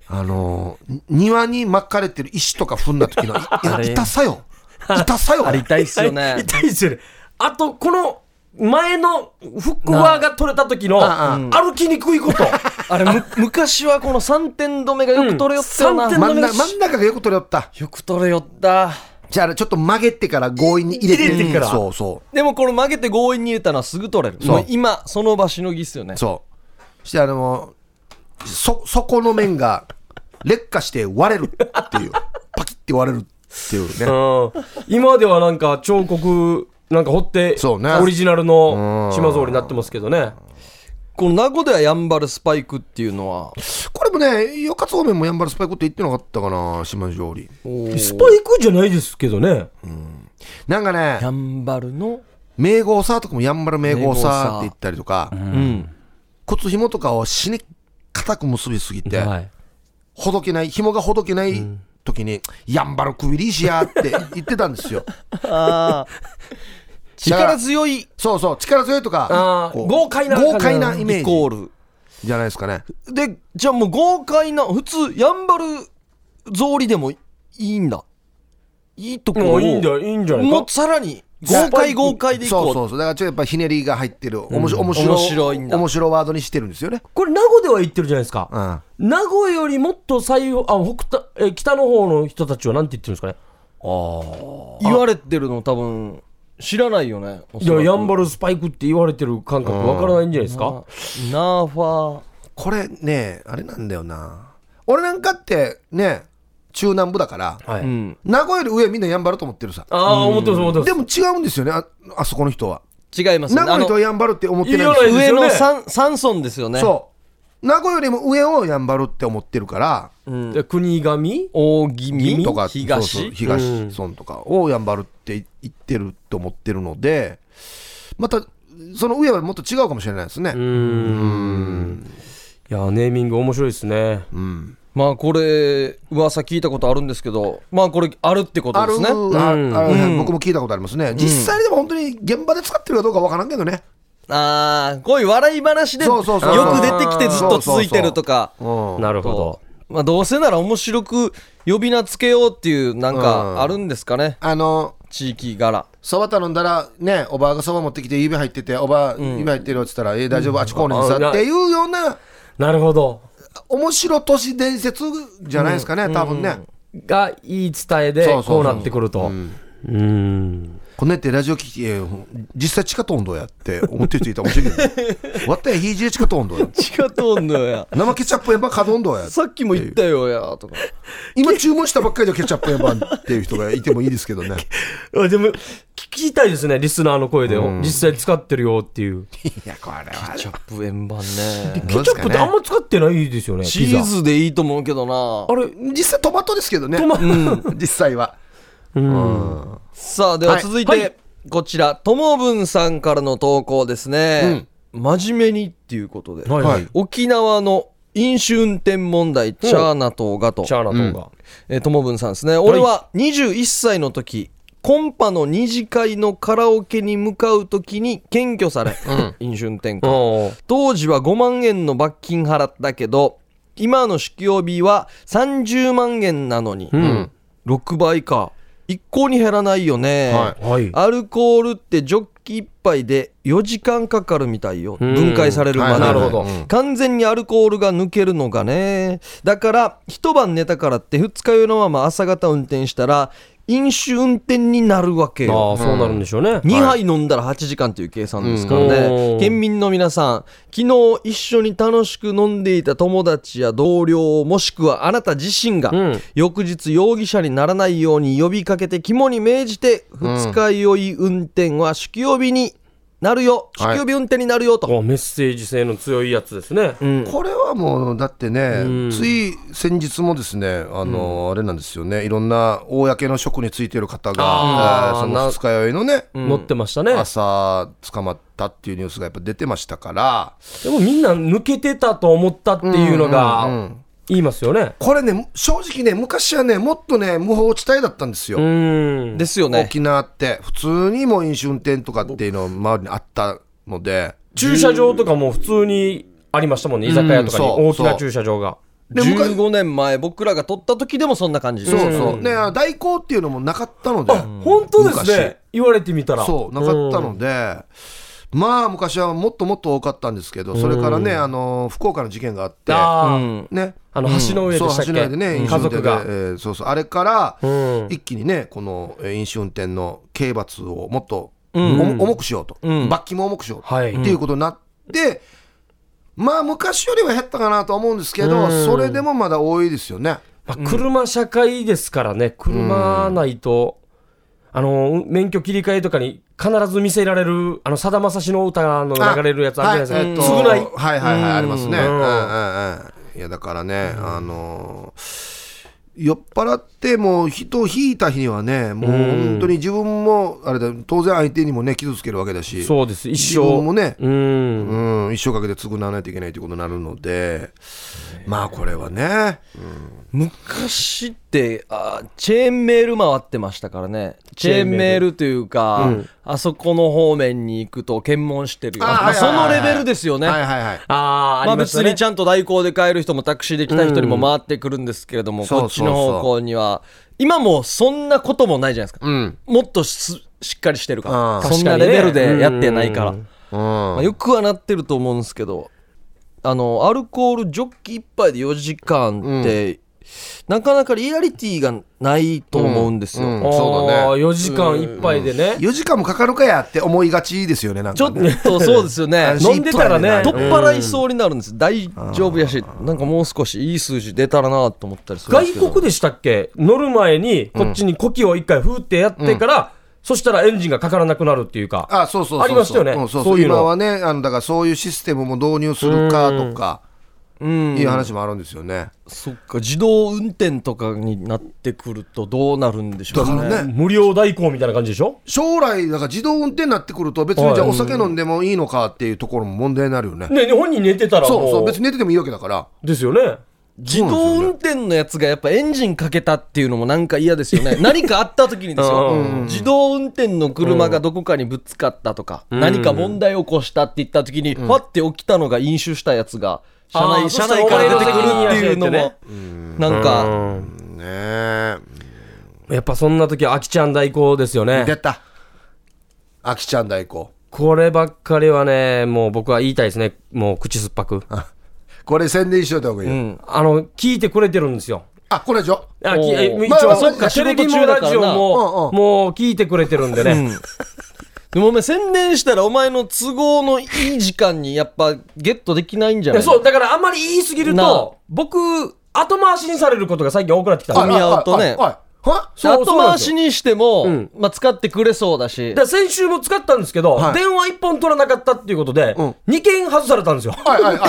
あの、に庭に巻かれてる石とか踏んだ時の、いいやあれ痛さよ。痛さよ。あれ痛いっすよはい [laughs] ね痛いですよね。あと、この、前のフックワーが取れた時の、ああ歩きにくいこと。 [laughs] あれむ [laughs] 昔はこの3点止めがよく取れよったよなうん三点真ん中真ん中がよく取れよった。よく取れよったじゃああれちょっと曲げてから強引に入れて入れてからそうそでもこの曲げて強引に入れたのはすぐ取れるそうもう今その場しのぎっすよねう。そう。してあの、そ、底の面が劣化して割れるって [laughs] いう。パキって割れるっていうね。うん今ではなんか彫刻、なんか彫って、そうねオリジナルの島造りになってますけどね。この名古屋やんばるスパイクっていうのはこれもね、よかつ方面もやんばるスパイクって言ってなかったかな、島上り。スパイクじゃないですけどね。なんかね、やんばるの名号さとかもやんばる名号さって言ったりとか、うん靴紐とかを死に固く結びすぎて、はい。ほどけない、紐がほどけない時に、やんばるくびりしやって言ってたんですよ。ああ力強いイそうそう、力強いとかあ、ーこう豪快な感じ豪快なイメコージールじゃないですかね。でじゃあもう豪快な普通やんばる草履でもいいんだいいところもをういいんじゃ、いいんじゃないもうか。さらに豪快豪快でいこうそうそうそう、だからちょっとやっぱひねりが入ってる、おもし面白面白いんだ面白ワードにしてるんですよね。これ、名護では言ってるじゃないですか。うん名護よりもっと左右、あ、北た、え、北の方の人たちはなんて言ってるんですかね。言われてるの多分知らないよねいや、やんばばるスパイクって言われてる感覚わからないんじゃないですか。ナーファー。これね、あれなんだよな。俺なんかってね、中南部だから、はいうん名古屋より上はみんなやんばると思ってるさ。ああ、思ってます、思ってます。でも違うんですよね、ああそこの人は。違いますね名古屋の人はあやんばるって思ってないんので言わない上のですよ三三村ですよすねよ。そう。名古屋よりも上をやんばるって思ってるから、で国神大気味とか東そうそうう東ん村とかをやんばるって言ってると思ってるので、また、その上はもっと違うかもしれないですね。うん。いや、ネーミング面白いですね。まあこれ噂聞いたことあるんですけどまあこれあるってこあとでるすねあうんあ僕も聞いたことありますね、実際でも本当に現場で使ってるかどうかわからんけどね、ああこういう笑い話でそようくそうそう出てきてずっと続いてるとかうん、なるほどと。まあどうせなら面白く呼び名つけようっていうなんうんかあるんですかねあの地域柄そば頼んだらねおばあがそば持ってきて指入ってておばあ指入ってるよって言ったら、えー大丈夫あちこうねんあさなっていうようななるほど。面白都市伝説じゃないですかね、多分ね、が、いい伝えでそうそう、そうこうなってくると。うん。こんなんやってラジオ聞き、えー実際地下と温度やって思ってる人いたかもしれんけどわったやひいじれ地下と温度や違うとんのや生ケチャップ円盤角温度やさっきも言ったよやとか今注文したばっかりのケチャップ円盤っていう人がいてもいいですけどねあでも、聞きたいですね、リスナーの声で。実際使ってるよっていう。いやこれはチャップ円盤ねケチャップってあんま使ってないですよね、 [laughs] チーズでいいと思うけどなあれ実際トマトですけどねマ実際はピザ。うん。さあでは続いはいはてこちらともぶんさんからの投稿ですね真面目にっていうことではいははいい。沖縄の飲酒運転問題チャーナ島がとチャーナトンが。えー、ともぶんさんですね。俺は21歳の時、コンパの二次会のカラオケに向かう時に検挙され、飲酒運転か。おー当時は5万円の罰金払ったけど、今の支給日は30万円なのに、ん6倍か。一向に減らないよね。ははい。アルコールってジョッキ1杯で4時間かかるみたいよん分解されるまで、はいなるほどうん完全にアルコールが抜けるのがねだから一晩寝たからって二日酔いのまま朝方運転したら飲酒運転になるわけよああ、そうなるんでしょうね。 2杯飲んだら8時間という計算ですからうんねおー県民の皆さん昨日一緒に楽しく飲んでいた友達や同僚もしくはあなた自身がうん翌日容疑者にならないように呼びかけて肝に銘じて二日酔い運転は酒気帯びになるよは酒い気帯び運転になるよと、あメッセージ性の強いやつですね。うんこれはもうだってね、うんつい先日もですねあの、あれなんですよねいろんな公の職についている方があ、えーーその二日酔いのね、乗ってましたね。朝捕まったっていうニュースがやっぱ出てましたからでもみんな抜けてたと思ったっていうのうんうがん言いますよね。これね正直ね昔はねもっとね無法地帯だったんですよ、うん。ですよね沖縄って普通にもう飲酒運転とかっていうの周りにあったので駐車場とかも普通にありましたもんね。居酒屋とかにうん大きそうな駐車場が。で昔15年前僕らが取った時でもそんな感じですそうよそう、ね代行っていうのもなかったので本当ですね。言われてみたら。そうなかったので、まあ昔はもっともっと多かったんですけどそれからね、あの福岡の事件があってああ、うんねあの橋の上でそうしたっけ、橋の上でね、飲酒家運転族でがえ。ーそうそうあれから、うん一気にねこのえー飲酒運転の刑罰をもっとおんも重くしようと、うん罰金も重くしようと、はいっていうことになってまあ昔よりは減ったかなとは思うんですけど、うんそれでもまだ多いですよね。まあ、車社会ですからね、車ないと、あの、免許切り替えとかに必ず見せられる、あの、さだまさしの歌の流れるやつあるじゃないですか。は償えっいと。はいはいはい、ありますね。ううんんうんうんいや、だからね、あのー酔っ払ってもう人を引いた日にはね、もう本当に自分も、あれだ、当然相手にもね、傷つけるわけだし、そうです、一自分も生。ね、うん。うん、一生かけて償わないといけないということになるので、まあこれはね、昔ってあチェーンメール回ってましたからねチェーンメールというか、あそこの方面に行くと検問してるよあまあはいはそいはいのレベルですよね、はいはいはい。ああ、まあありま別すねにち。ゃんと代行で帰る人もタクシーで来た人にも回ってくるんですけれども、そうこそっちうそうの方向には今もそんなこともないじゃないですか、うん。もっとすしっかりしてるからあーそんな確かレにねベルでやってないから、うんうまあ、ん。よくはなってると思うんですけどあのアルコールジョッキ一杯で4時間って、なかなかリアリティがないと思うんですよ、うんうんあそうだね4時間いっぱいでね。 4時間もかかるかやって思いがちですよね、なんちょかっね。とそうですよね飲んでたらね取どっっ払いそうになるんです、大丈夫やしなんかもう少しいい数字出たらなと思ったりするんですけど外国でしたっけ乗る前に、こっちに呼気を一回ふーってやってから、そしたらエンジンがかからなくなるっていうか。あそうそうそうそうありましたよねうんそうそうそういうの今はねあのだからそういうシステムも導入するかとかいう話もあるんですよね、そっか自動運転とかになってくるとどうなるんでしょうだねからね無料代行みたいな感じでしょ将来だから自動運転になってくると別にじゃあはいお酒飲んでもいいのかっていうところも問題になるよね、ね、本人寝てたらもそうう。そう別に寝ててもいいわけだからですよね。自動運転のやつがやっぱエンジンかけたっていうのもなんか嫌ですよね何かあった時にですよ、う自動運転の車がどこかにぶつかったとか、何か問題起こしたって言った時に、パッて起きたのが飲酒したやつが車あ内ー車内から出てくるっていうのもなんかねえやっぱそんな時は、あきちゃん代行ですよ出 [laughs] ね。たあきちゃん代行こればっかりはね、もう僕は言いたいですね。もう口酸っぱく。 [laughs] これ宣伝しといた方がいいよ、あの、聞いてくれてるんですよ。あこれでしょあ、おきーえ一まあまあ応、そっか、仕事中テレビもだラからなジオも、うんうんもう聞いてくれてるんでね。でもお前宣伝したらお前の都合のいい時間にやっぱゲットできないんじゃいなやいそう、だからあんまり言いすぎるなあと、僕、後回しにされることが最近多くなってきたんであすよ見合うとねはいはいはいはでそう後回しにしても、うんまあ、使ってくれそうだしだから先週も使ったんですけど、はい電話1本取らなかったっていうことで、うん2件外されたんですよ。 [laughs] だかはいはい [laughs] はい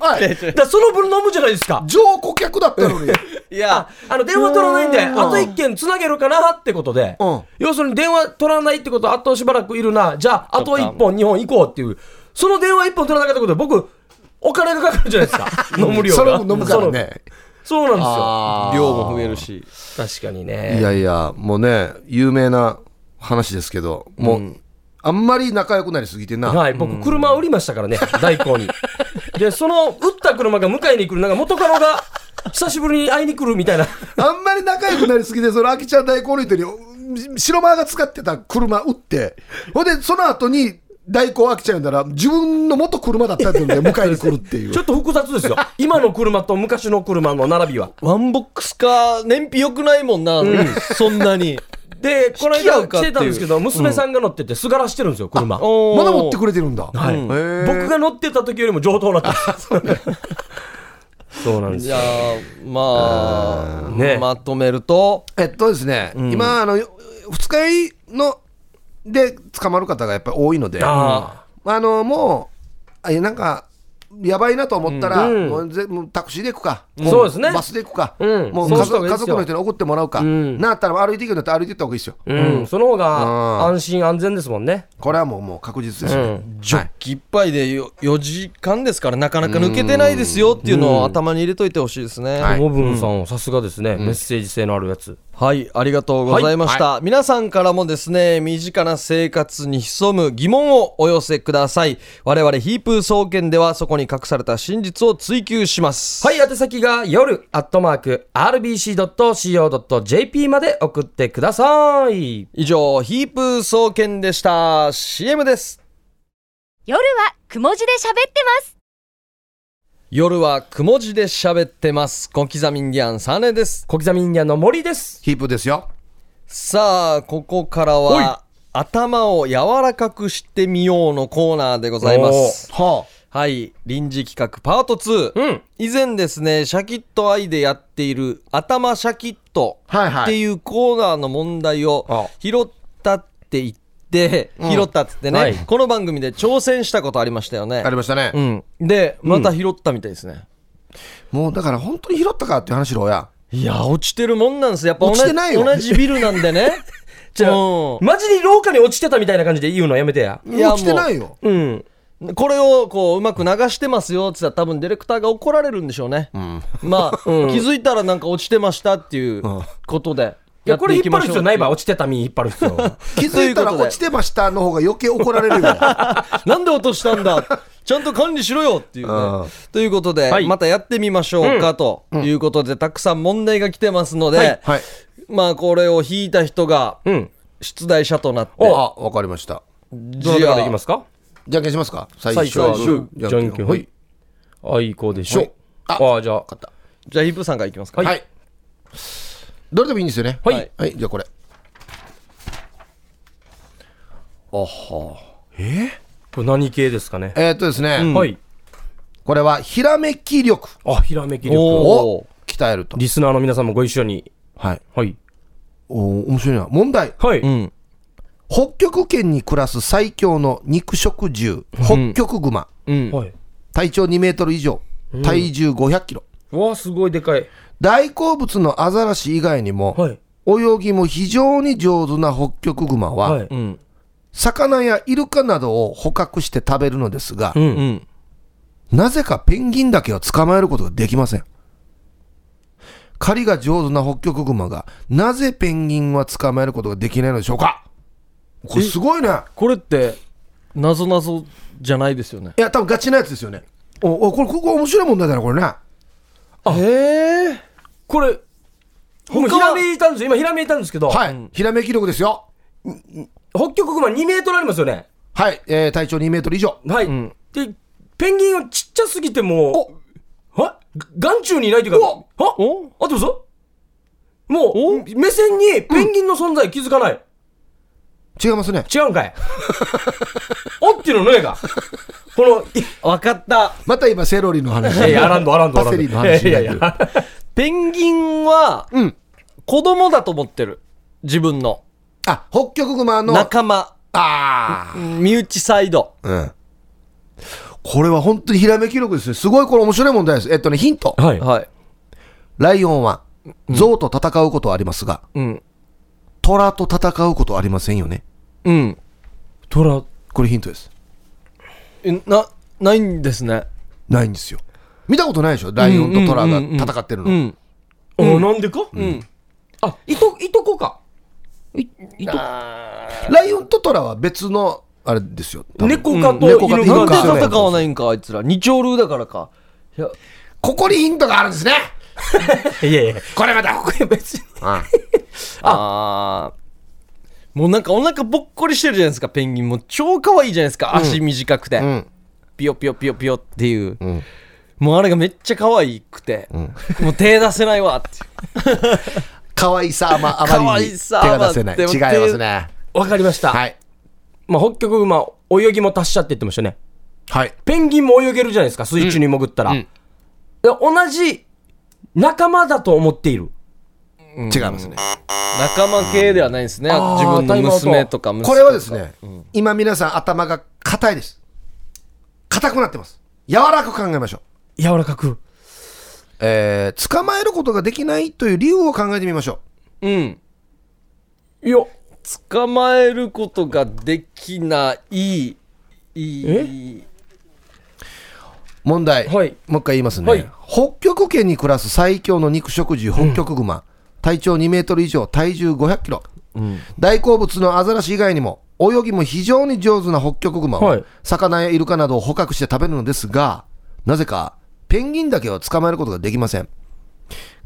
はいはいらその分飲むじゃないですか。上顧客だったのにいやあの、電話取らないんで、うんあと1件つなげるかなってことでうん、要するに電話取らないってことは、あとしばらくいるな、じゃあ、あと1本、2本行こうっていう、その電話1本取らなかったことで、僕、お金がかかるじゃない [laughs] ですか。飲む量が。それも飲むからねその。そうなんあー量も増えるしですよ。確かにいね。やいや、もうね、有名な話ですけど、もう、あんまり仲良くなりすぎてな。はい、僕、車売りましたからね、大工に。で、その、売った車が迎えに来る、なんか元カノが、久しぶりに会いに来るみたいな。あんまり仲良くなりすぎて、その、あきちゃん大根の人に、白間が使ってた車売って、ほんで、その後に、代行飽きちゃうんだら、自分の元車だったやつで [laughs] 迎えに来るっていうちょ。っと複雑ですよ。今の車と昔の車の並びは。ワンボックスか、燃費良くないもんな、そんな [laughs] に。で、この引き合間うか来っていてうたんですけど、娘さんが乗ってて、すがらしてるんですよ、車。はおーまだ持ってくれてるんだ。い。うん僕が乗ってた時よりも上等だったんです。そうなんですいよや。ーまあねまとめると、えっとですね、今、あの、二日酔いの、で、捕まる方がやっぱり多いので、ああのもうあいやなんかやばいなと思ったら、うんもうぜもうタクシーで行くか、んそうですねバスで行くか、うんもうそう家した方族がいい家族の人ですよに送ってもらうか、んなったら歩いていくんだったら歩いていった方がいいですよ、あ。うん。その方がうん安心安全ですもんね。これはもうもう確実ですよ、ねジョッキ一杯でよ4時間ですから、なかなか抜けてないですよっていうのを頭に入れといてほしいですね。はいモブンさんはさすがですね。メッセージ性のあるやつ。はい、ありがとうございました。皆さんからもですね、身近な生活に潜む疑問をお寄せください。我々ヒープー総研ではそこに隠された真実を追求します。はい、宛先が夜アットマーク RBC.CO.JP まで送ってください。以上、ヒープー総研でした。CM です。夜はくも字で喋ってます夜はくも字で喋ってます。小刻みインディアンサネです。小刻みインディアンの森です。ヒープですよさあ、ここからは、頭を柔らかくしてみようのコーナーでございます。ははい、臨時企画パート2。うん。以前ですね、シャキッとアイでやっている、頭シャキッとあはいっはていいうコーナーの問題あを拾ったって言って、拾ったっつってね、はいこの番組で挑戦したことありましたよねあ。りましたね、うん。で、また拾ったみたいですね。もうだから本当に拾ったかっていう話しろやいや、落ちてるもんなんです。やっぱ同落ちてないじよ同じビルなんで [laughs] ね。じゃあうんマジに廊下に落ちてたみたいな感じで言うのやめてや。いや落ちてないようん。これをこううまく流してますよって言ったら多分ディレクターが怒られるんでしょうね、まあ、[laughs] 気づいたらなんか落ちてましたっていうことでいや、これ引っ張る必要ないわ。わ落ちてた身引っ張る必要。気づいたら落ちてましたの方が余計怒られるよ [laughs] なんで落としたんだちゃんと管理しろよっていううんねということで、はいまたやってみましょうかということで、たくさん問題が来てますので、はいはいまあこれを引いた人がうん。出題者となって、おあわかりましたどなたからいきますかじゃんけんしますか最初最初はググーーじゃんけん、はい。あ、いい子でしょはい。あああ、じゃあ。ったじゃあヒープーさんからいきますか、はい、どれでもいいんですよねはいはい、じゃあこれあはこれ何系ですかね。えーっとですね、はい。これはひらめき力あ、ひらめきお力。を鍛えるとリスナーの皆さんもご一緒に。はいはい。おー面白いな問題はい。うん、北極圏に暮らす最強の肉食獣北極熊、うん、はい。体長2メートル以上体重5 0 0キロ、うわ、すごいでかい。大好物のアザラシ以外にも、はい。泳ぎも非常に上手な北極熊は、はい。うん魚やイルカなどを捕獲して食べるのですが、うんうんなぜかペンギンだけは捕まえることができません。狩りが上手な北極熊が、なぜペンギンは捕まえることができないのでしょうかこれすごいね。これってなぞなぞじゃないですよねいや、多分ガチなやつですよね。お、おこれ、ここ面白い問題だね、これね。へえこれ、僕ひらめいたんですよ。今、ひらめいたんですけど、はい。ひらめき力ですよ。北極熊2メートルありますよね。はい。えー体長2メートル以上。はい。で、ペンギンはちっちゃすぎてもう、は眼中にいないというか、はおあってますもう、目線にペンギンの存在気づかない。違いますね。違うんかい。おっていうのねえか。この、い分かったまた今、セロリの話。やいや、アランド、アランド、アランパセド。リのいや話いになやっいてるや。ペンギンはうん。子供だと思ってる自分のあ、北極熊の、仲間あー身内サイドうん。これは本当にひらめき力ですね。すごいこれ面白い問題です。えっとね、ヒント。はい。はいライオンは、象と戦うことはありますが、うん虎と戦うことはありませんよね。うん虎、これヒントです。えなないんですねないんですよ。見たことないでしょライオンと虎が戦ってるうの。んあ、なんでかんあ、いと、いとこか。い、いと、ライオンと虎は別の、あれですよ。多分猫かと猫犬かとなかん犬でか戦わないんかあいつら二丁流だからかいやここにヒントがある [laughs] んですね。いやいや、これまた。別に。ああーもうなんかお腹ぼっこりしてるじゃないですかペンギンもう超可愛いじゃないですか足短くて、うんピヨピヨピヨピヨっていう、んもうあれがめっちゃ可愛くて、もう手出せないわっていう可愛さあまあまりに手可愛さが出せないで違もいますねわかりました。はいまあ、北極馬、泳ぎも達者って言ってましたね。はいペンギンも泳げるじゃないですか、水中に潜ったら。うんで同じ仲間だと思っている。違いますね仲間系ではないですねあー自分の娘とか息子とかこれはですね今皆さん頭が硬いです硬くなってます柔らかく考えましょう柔らかく。えー捕まえることができないという理由を考えてみましょうんいや、捕まえることができないいいう問題、はいもう一回言いますね、はい北極圏に暮らす最強の肉食獣北極熊、体長2メートル以上体重5 0 0キロ、大好物のアザラシ以外にも泳ぎも非常に上手な北極熊を、はい魚やイルカなどを捕獲して食べるのですがなぜかペンギンだけは捕まえることができません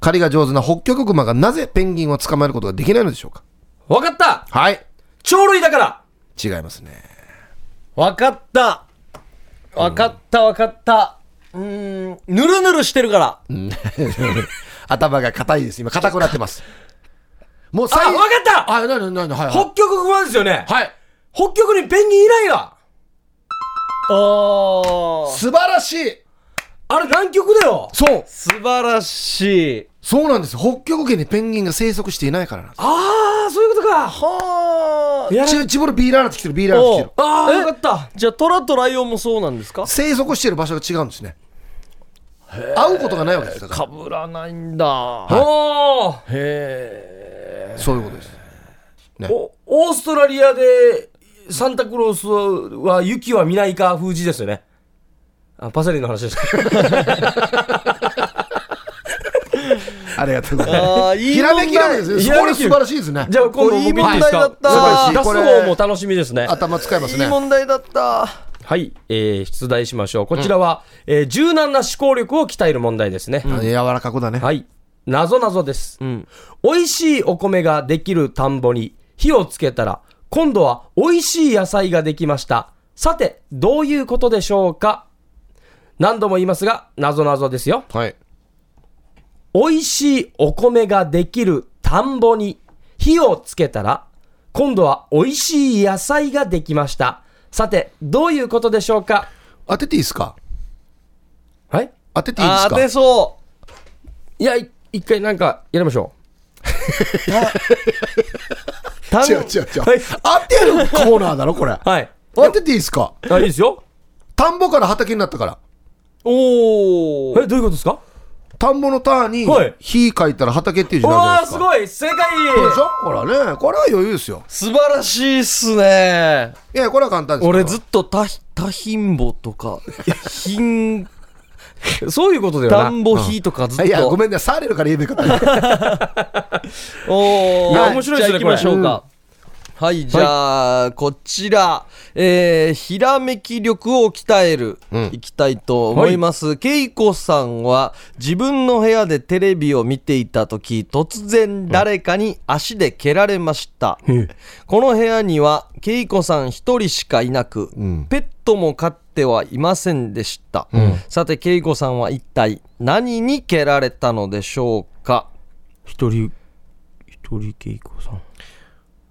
狩りが上手な北極熊がなぜペンギンを捕まえることができないのでしょうかわかったはい鳥類だから違いますねわかったわかったわかったうーんぬるぬるしてるから頭が硬いです。今、硬くなって [laughs] ます。もう最あわかったあ、なになにはい、はい。北極熊ですよね、はい。北極にペンギンいないわおー素晴らしいあれ南極だよそう素晴らしいそうなんです。北極圏にペンギンが生息していないからなんです。ああそういうことかはあいやちちぼるビーラーなってきてる、ビーラーなってきてる。ああえよかったじゃあトラとライオンもそうなんですか生息している場所が違うんですね。会うことがないわけですだかかぶらないんだおーら。そういうことです。おオーストラリアでサンタクロースは雪は見ないか風じですよねあパセリンの話で [laughs] したありがとうございあまーす。いいひらめきなんですひね。らこめれき素晴らしいですね。じゃあ今度僕いいい問題だった素晴らしい出すこれ方も楽しみですね頭使いますねいい。問題だったはい、えー、出題しましょうこちらは、えー柔軟な思考力を鍛える問題ですね、あ柔らかくだね。はい。なぞなぞです。美味しいお米ができる田んぼに火をつけたら、今度は美味しい野菜ができました。さて、どういうことでしょうか何度も言いますが、なぞなぞですよ。はい。美味しいお米ができる田んぼに火をつけたら、今度は美味しい野菜ができました。さて、どういうことでしょうか当てていいですかはい当てていいであすー当かてそいや、い一回なんかやりましょう単違う違う違う。はい当てるコーナーだろ、これ。う。はい。当てていいですかあ、いいですよ。田んぼから畑になったから。おおえ、どういうことですか田んぼのターンにはい、火書いたら畑っていう字おになーるじすゃないごい正解ですか。そうでしょほらね、これは余裕ですよ。素晴らしいっすねいや、これは簡単です。俺ずっっとたたひんぼとかひんそういうことだ田よな。んぼひとかずっといや、ごめんね、されるから言えばよかった。おおいや面白いですねじゃあ行きましょうかこはいじゃあこちらえーひらめき力を鍛えるいきたいと思いますけいこさんは自分の部屋でテレビを見ていた時突然誰かに足で蹴られましたこの部屋にはけいこさん一人しかいなくペットも飼ってはいませんでしたさてけいこさんは一体何に蹴られたのでしょうか一人、一人稽古さん。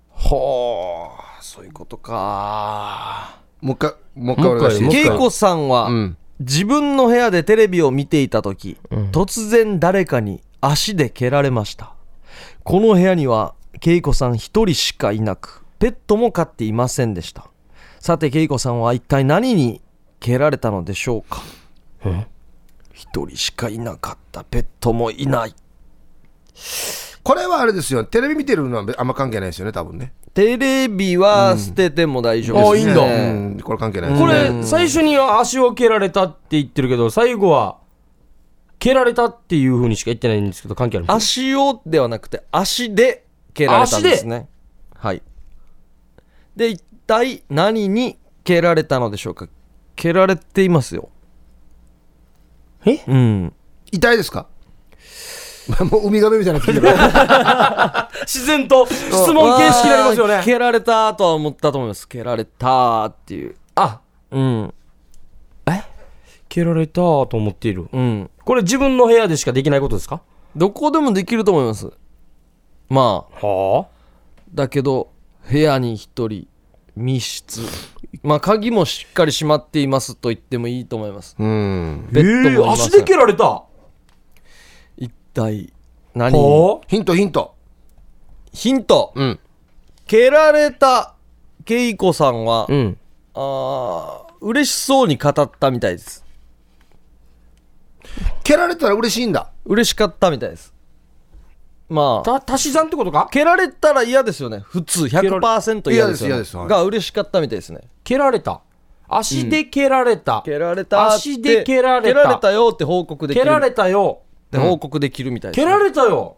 ほーそういうことかもう一回、もう一回お願いしていいもう一恵子さんは、ん自分の部屋でテレビを見ていた時、突然誰かに足で蹴られましたこの部屋には恵子さん一人しかいなくペットも飼っていませんでしたさて恵子さんは一体何に蹴られたのでしょうか一人しかいなかったペットもいないこれはあれですよ、テレビ見てるのはあんま関係ないですよね、多分ね。テレビは捨てても大丈夫です、ねあいだ。いうんこれ関係ないですこれ、最初に足を蹴られたって言ってるけど、最後は、蹴られたっていうふうにしか言ってないんですけど、関係ある足をではなくて足で蹴られたんですねはいで一体何に蹴られたのでしょうか蹴られていますよえうん痛いですか [laughs] もうウミガメみたいになってきてる自然と質問形式になりますようわーね。蹴られたとは思ったと思います。蹴られたっていう。あ、うん。蹴られたと思っている。うん。これ自分の部屋でしかできないことですかどこでもできると思います。まあ、はあだけど、部屋に一人、密室。まあ、鍵もしっかり閉まっていますと言ってもいいと思います。 [laughs] うんベッドもいません足で蹴られたは一体何、あヒントヒントヒント、うん蹴られた恵子さんは、うん。あー嬉しそうに語ったみたいです蹴られたら嬉しいんだ嬉しかったみたいですまあた、足し算ってことか蹴られたら嫌ですよね普通100%嫌ですよ、ね、嫌です嫌ですはいが嬉しかったみたいですね蹴られた。足で蹴られた。蹴られたって足で蹴られた蹴られたよって報告でき蹴るられたよ。って報告できるみたいです、蹴られたよ。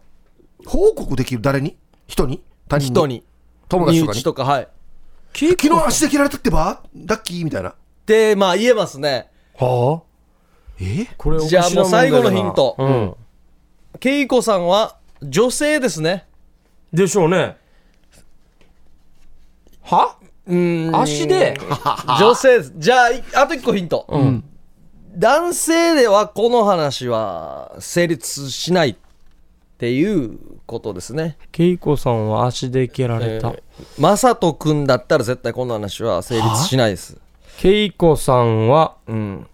報告できる誰に人に他人に人に友身達とか内にとかはい昨昨日足で蹴られたってばラッキーみたいなでまあ言えますねはあえこれじゃあもう最後のヒントうん。恵子さんは女性ですねでしょうね。はうん足 [laughs] で女性ですじゃあいあと1個ヒント、男性ではこの話は成立しないっていうことですねケイコさんは足で蹴られた。マサト君だったら絶対この話は成立しないですケイコさんは、うん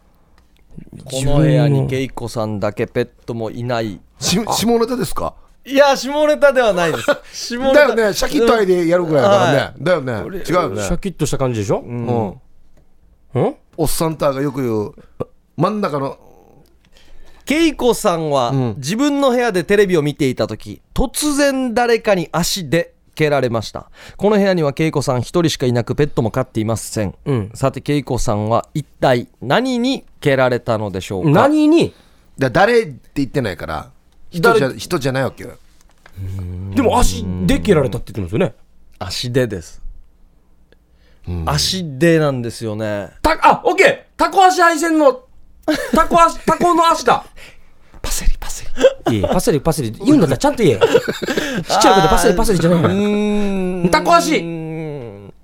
この部屋に恵子さんだけペットもいないし下ネタですかいや下ネタではないです [laughs] 下ネタだよねシャキッとアイでやるぐらいだからねだよね違うよシャねキッとした感じでしょうんうんうんおっさんターがよく言う真ん中の恵子さんは、うん自分の部屋でテレビを見ていた時突然誰かに足で蹴られましたこの部屋には恵子さん一人しかいなくペットも飼っていません、うんさて恵子さんは一体何に蹴られたのでしょうか何にだ誰って言ってないから人じゃ人じゃないわけよでも足で蹴られたって言ってますよね。足でです、足でなんですよねた、あ、オッケータコ足配線 [laughs] の、タコ足、タコの足だパセリパセリ。いいパセリパセリ。言うんだったらちゃん [laughs] と言え。ちっちゃい声でパセリパセリじゃないうのよ。 [laughs] ーんタコ足うーん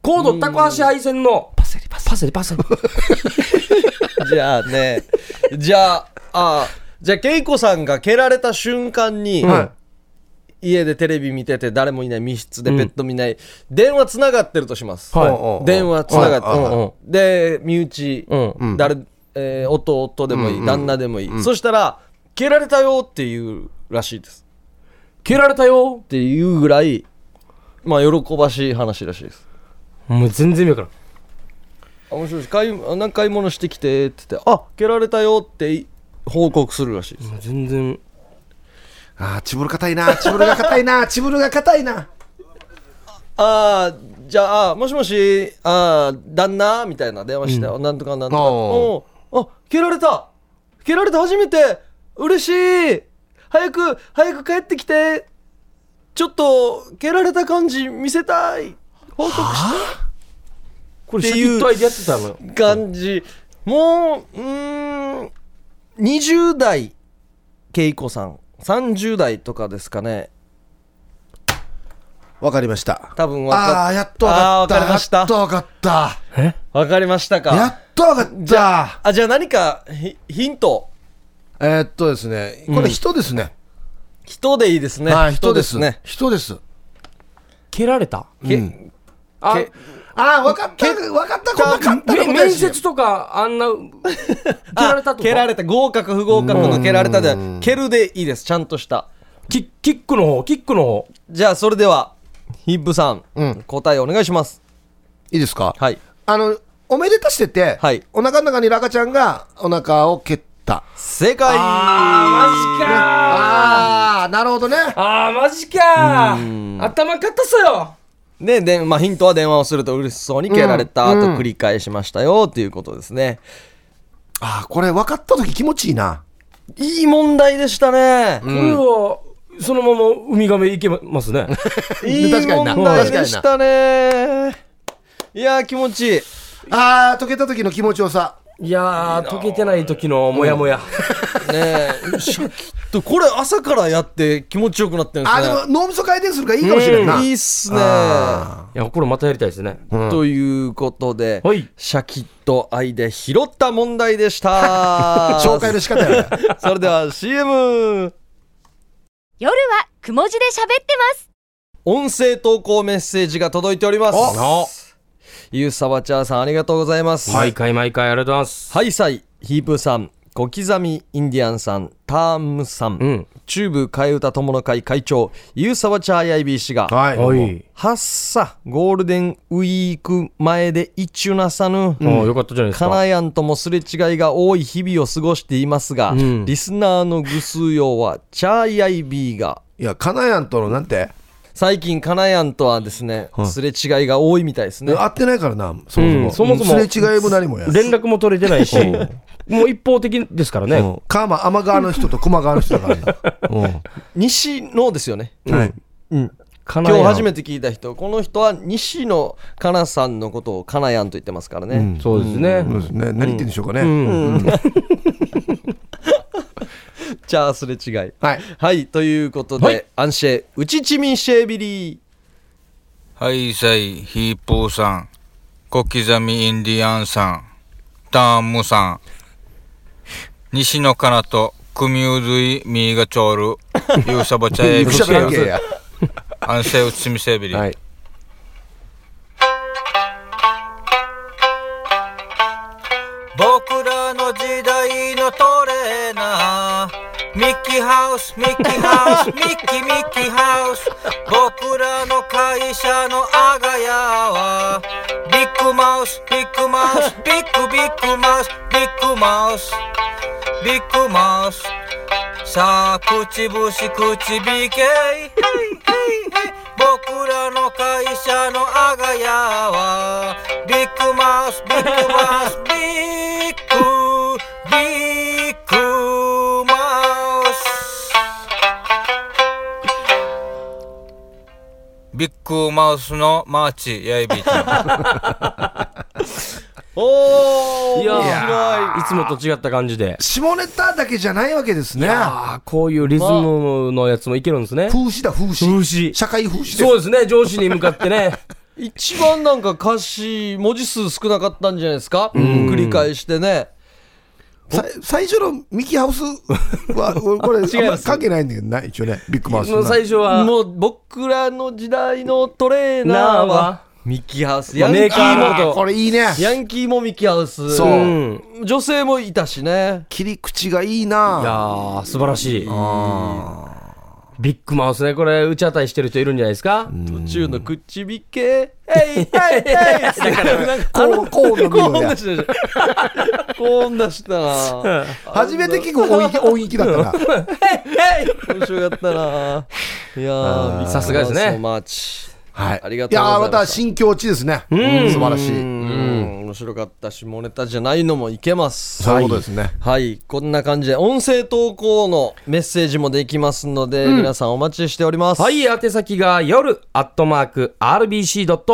コードタコ足配線の、パセリパセリパセリ。じゃあねじゃああじゃあ恵子さんが蹴られた瞬間に、はい家でテレビ見てて誰もいない密室でペット見ない、電話つながってるとします、 [laughs] はいおうおうおう電話つながって、はいはいはいで身内、うん誰えー弟でもいい、旦那でもいい、そしたら蹴られたよっていうらしいです蹴られたよっていうぐらいまあ喜ばしい話らしいですもう全然意味わからん。あ面白いです買い何買い物してきてって言ってあ蹴られたよってい報告するらしいです、もう全然。ああ、チブル硬いな、チブルが硬いな、チブルが硬いな。ああじゃあもしもしああ旦那みたいな電話して、なんとかなんとかおおうあ蹴られた蹴られた初めて嬉しい早く早く帰ってきてちょっと蹴られた感じ見せたい報告しこれシャキッとアイでやってたのよ。た感じもううーん20代恵子さん30代とかですかねわかりました。多分わあかあ、やっとわかった。あーわかりましたやっとわかった。えわかりましたかやっとわかった。あじゃあ何かヒヒントえーっとですね、これ人ですね。人でいいですね。はい、人ですね。。人です。蹴られたけうんあけああ、わかった。わかった。こんな簡単なめこと面やし接とか [laughs] あんな蹴られたとか蹴られた。合格不合格の蹴られたで、蹴るでいいです。ちゃんとした。キキックの方キックの方じゃあ、それでは、ヒップさん、うん答えお願いします。いいですかはい。あの、おめでたしててはい、お腹の中にラカちゃんがお腹を蹴った。正解マジかああ、なるほどね。あーマジか頭かったさよで、で、まあ、ヒントは電話をすると嬉しそうに蹴られたと繰り返しましたよ、ということですね。ああ、これ分かった時気持ちいいな。いい問題でしたね。これはそのままウミガメいけます [laughs] ねいい確かに問な題でしたね。いやー、気持ちいい。ああ、溶けた時の気持ちよさ。いやー溶けてない時のモヤモヤねえ、シャキッとこれ朝からやって気持ちよくなってるんですあねでも脳みそ回転するからいいかもしれんな、いいっすねあいや、これまたやりたいですね。うんということで、はいシャキッと愛で拾った問題でした [laughs] 紹介の仕方やなそれでは CM 夜はくも字で喋ってます。音声投稿メッセージが届いておりますゆうさばちゃーさんありがとうございます毎回毎回ありがとうございます。ハイサイヒープーさん小刻みインディアンさんタームさん、うん。中部替え歌友の会会長ゆうさばちゃーやいびー氏がはい、はい。はっさゴールデンウィーク前で一中なさぬ、ああ、よかったじゃないですカか。ナヤンともすれ違いが多い日々を過ごしていますが、んリスナーのぐ数用はチャーイアイビーがいやカナヤンとのなんて最近カナヤンとはですね、すれ違いが多いみたいですね会ってないからなそうんもそそもも,、そもすれ違いも何もや連絡も取れてないし、もう一方的ですからね。カーマ天川の人と熊川の人だからな西のですよね、はいうん、カ今日初て。めて聞いた人この人は西野カナさんのことをカナヤンと言ってますからね、そうですね。そうですね何言ってんでしょうかね、じゃあすれ違いはいはいということで、はいアンシェウチチミンシェービリーはい、サイ、ヒーポーさん、小刻みインディアンさん、タームさん、西野かなと、クミューズイ、ミーガチョー [laughs] ル、ユーサボチャエくクしゃシべらんけえア、やアンセウチミセビリ。はい。僕らの時代のトレーナーミッキーハウスミッキー [laughs] ハウスミッキーミッキーハウス僕らの会社の阿賀屋はビッグマウスビッグマウスビッグビッグマウスビッグマウスビッグマウスさあ口節口 BK ヘイヘイヘイ僕らの会社の阿賀屋はビッグマウスビッグマウスビッグビッグマウスビッグマウスのマーチやいびちゃんおーいや面白いいつもと違った感じで。下ネタだけじゃないわけですねああ、こういうリズムのやつもいけるんですね。風刺だ風刺風刺社会風刺そうですね、上司に向かってね。一番なんか歌詞文字数少なかったんじゃないですか繰り返してねさ最初のミキハウスは俺これあんま関係ないんだけどな一応ねビッグマウスの最初は、もう僕らの時代のトレーナーなあははミキハウスまヤあンメーキカーーのもあーこれいいねヤンキーもミキハウスそううん。女性もいたしね切り口がいいいやなー、素晴らしい。ビッグマウスね、これ、打ち当たりしてる人いるんじゃないですか。途中の口びけヘイヘイヘイだからなんかこうこうの高部音分や出したじゃん高音出したな初めて聞く音域音域だったな面白かったないやーさすがですねビッグマウスのマーチはいありがとうございまやすーまた新境地ですね素晴らしういん面白かったしモネタじゃないのもいけますそういうことですねはいこんな感じで音声投稿のメッセージもできますので、皆さんお待ちしておりますはい、宛先が夜、アットマーク、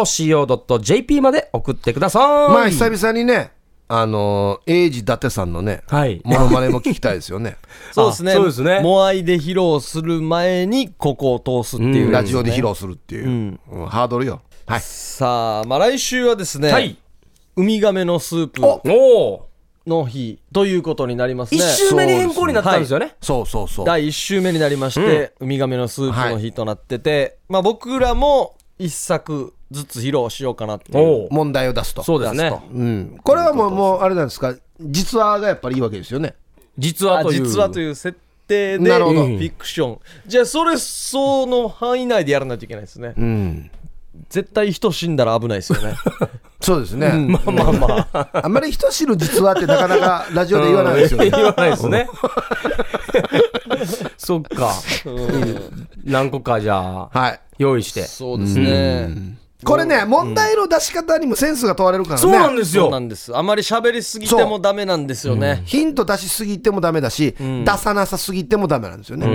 rbc.co.jp まで送ってください。まあ久々にねあのーエイジ伊達さんのねはいモノマネも聞きたいですよねそうですねあそうですねモアイで披露する前にここを通すっていう、うんラジオで披露するっていううんハードルよはいさあまあ来週はですね、はい。ウミガメのスープおおの日ということになりますね一周目に変更になったんですよね。そうそうそう第1週目になりまして、ウミガメのスープの日となってて、まあ僕らも一作ずつ披露しようかなっていうおお問題を出すとそうですね。うんこれはもうもうあれなんですか実話がやっぱりいいわけですよね実はあという。実はという設定でなるほフどィクションじゃあそれその範囲内でやらないといけないですね、うん絶対人死んだら危ないですよねそうですね、まあまあまああんまり人知る実話ってなかなかラジオで言わないですよね。言わ [laughs] ないですね。そっか。何個かじゃあ、はい。用意して。 [laughs] そうですねこれね、問題の出し方にもセンスが問われるからね。そうなんですそうよな。んですあまり喋りすぎてもダメなんですよね、ヒント出しすぎてもダメだし、出さなさすぎてもダメなんですよね。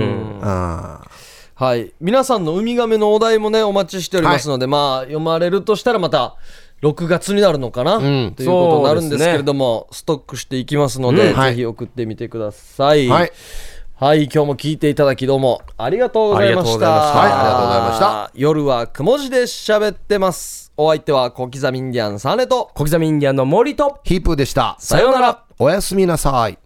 あーはい皆さんのウミガメのお題もねお待ちしておりますので、まあ読まれるとしたらまた6月になるのかな、んということになるんですけれども、ストックしていきますので、うんはいぜひ送ってみてください、はい。はい、今日も聞いていただきどうもありがとうございました。りがとうごあざいましたはあいりがとうございました。夜はくも字で喋ってます。お相手は小刻みインディアンサネと、小刻みインディアンの森とヒープーでした。さようなら。おやすみなさい。